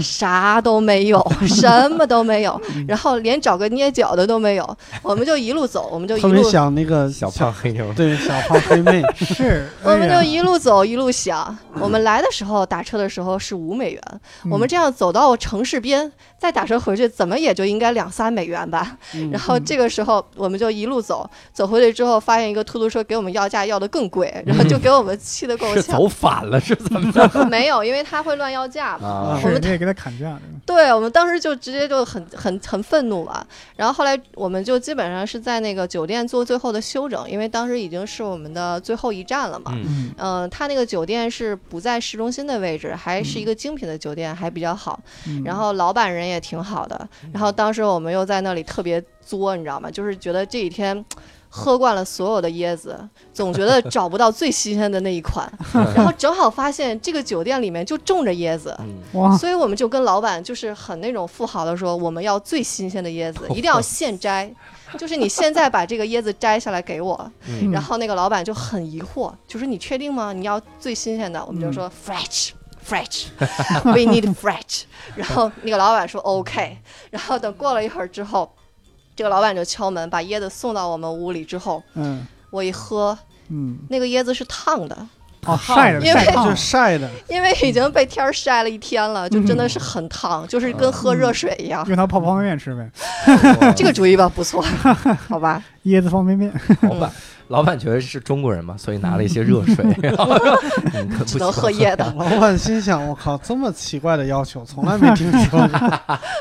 啥都没有，什么都没有，
嗯
然后连找个捏脚的都没有，我们就一路走，我们就一
特别
路，
想那个
小胖黑妞，
对小胖黑
[laughs]
妹，
是，哎
我们就一路走一路
[laughs]
想，我们来的时候打车的时候是五美元，
嗯
嗯
我们这样走到城市边再打车回去，怎么也就应该两三美元吧。
嗯
然后这个时候我们就一一路走，走回去之后发现一个出租车给我们要价要的更贵，然后就给我们气得够
嗯是
呛。
走反了是怎么
没有，因为他会乱要价嘛。
啊
我
是
们
你也给他砍价，
对，我们当时就直接就很很很愤怒了。然后后来我们就基本上是在那个酒店做最后的休整，因为当时已经是我们的最后一站了嘛。
嗯
嗯，
嗯，他那个酒店是不在市中心的位置，还是一个精品的酒店，还比较好。
嗯
然后老板人也挺好的。然后当时我们又在那里特别作，你知道吗？就是觉得这几天喝惯了所有的椰子，总觉得找不到最新鲜的那一款。然后正好发现这个酒店里面就种着椰子。
嗯
哇，
所以我们就跟老板就是很那种富豪的说，我们要最新鲜的椰子，一定要现摘，就是你现在把这个椰子摘下来给我。
嗯
然后那个老板就很疑惑，就说你确定吗？你要最新鲜的？我们就说 fresh。Fresh，we [laughs] need fresh。然 [laughs] 后那个老板说 OK。然 [laughs] 后等过了一会儿之后，这个老板就敲门，把椰子送到我们屋里之后，
嗯
我一喝，
嗯，
那个椰子是烫的，
哦，晒的
因为
晒啊烫
就，晒的，
因为已经被天儿晒了一天了，就真的是很烫，就是跟喝热水一样。
用它泡方便面吃呗，
这个主意吧不错，好吧？
椰子方
[laughs]
便面，
老板，老板觉得是中国人嘛，所以拿了一些热
[laughs]
水，然后说你可不
只能
行
喝椰
[laughs]
的。
老板心想：我靠，这么奇怪的要求，从来没听说过。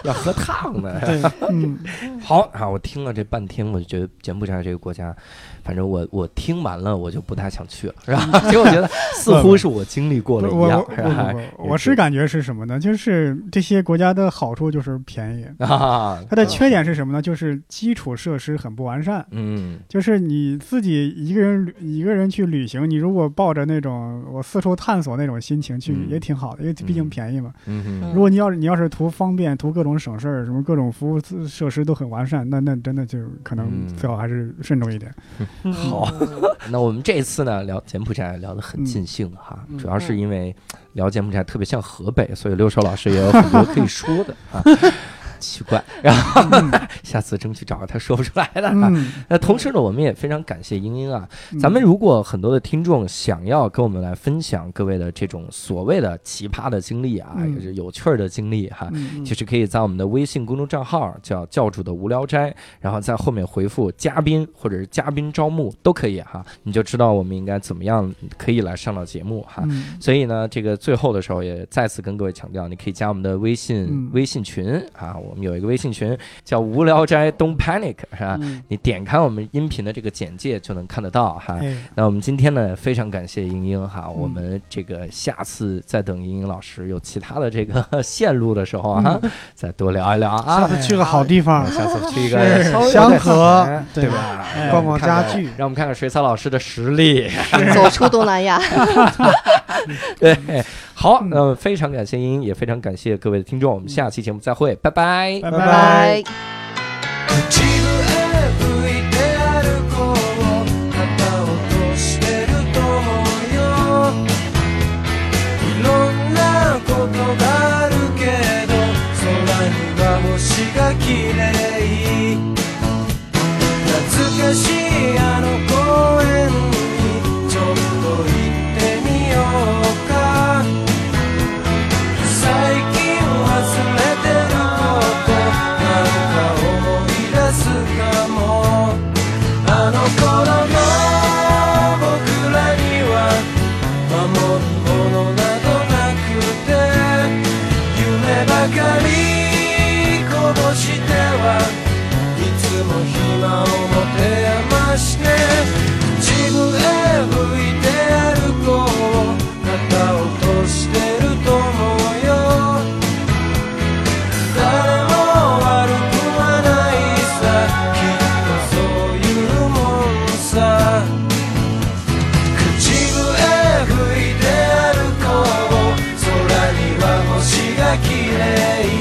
要喝烫
[laughs]
的。
对，
嗯
好啊，我听了这半天，我就觉得柬埔寨这个国家，反正我我听完了，我就不太想去了，是吧？ [laughs] 其实我觉得似乎是我经历过
不
了
是
一
我
样
我，
是吧
我我我是感觉是什么呢？就是这些国家的好处就是便宜，
[laughs] 啊，
它的缺点是什么呢？就是基础设施很不完善。
嗯
就是你自己一个人旅一个人去旅行，你如果抱着那种我四处探索那种心情去，
嗯
也挺好的，因为毕竟
嗯
便宜嘛。
嗯
嗯
哼
如果你要是你要是图方便、图各种省事儿，什么各种服务设施都很完善，那那真的就可能
嗯
最好还是慎重
[laughs]
一点。
嗯
好， [laughs] 那我们这一次呢聊柬埔寨聊得很尽兴哈，
嗯
主要是因为聊柬埔寨特别像河北，所以刘守老师也有很多可以说的啊， [laughs] 奇怪，然后下次争取找个他说不出来的啊。
嗯，
那同时呢，我们也非常感谢英英啊。
嗯
咱们如果很多的听众想要跟我们来分享各位的这种所谓的奇葩的经历啊，
嗯
也是有趣儿的经历哈、
嗯
其实可以在我们的微信公众账号叫“教主的无聊斋”，然后在后面回复“嘉宾”或者是“嘉宾招募”都可以哈，你就知道我们应该怎么样可以来上到节目哈。
嗯
所以呢，这个最后的时候也再次跟各位强调，你可以加我们的微信、
嗯
微信群啊，我们有一个微信群叫“无聊斋 Don't Panic” 是吧？
嗯
你点开我们音频的这个简介就能看得到哈。
哎，
那我们今天呢，非常感谢英英
嗯
哈，我们这个下次再等英英老师有其他的这个线路的时候啊，
嗯
再多聊一聊
嗯下
啊。
次去个好地方，
下次去一个
是
稍微有
香
点
河
钱
对
对吧？
哎
逛逛
看看
家具嗯
让我们看看水草老师的实力。
走出东南亚，
对，好，
嗯
那么非常感谢英英，也非常感谢各位的听众，我们下期节目再会，拜拜。
拜
拜
拜。。
「口笛吹いて歩こう」「肩落としてると思うよ」「いろんなことがあるけど空には星が綺麗懐かしいあの公園にちょっと行ってみようか」最近忘れてることなんか思い出すかもあの頃の僕らには守るものなどなくて夢ばかりこぼしてはいつも暇を持て余して自分へ向いて歩こう肩を落としてると思うよ誰も悪くはないさきっとそういうもんさ口笛吹いて歩こう空には星が綺麗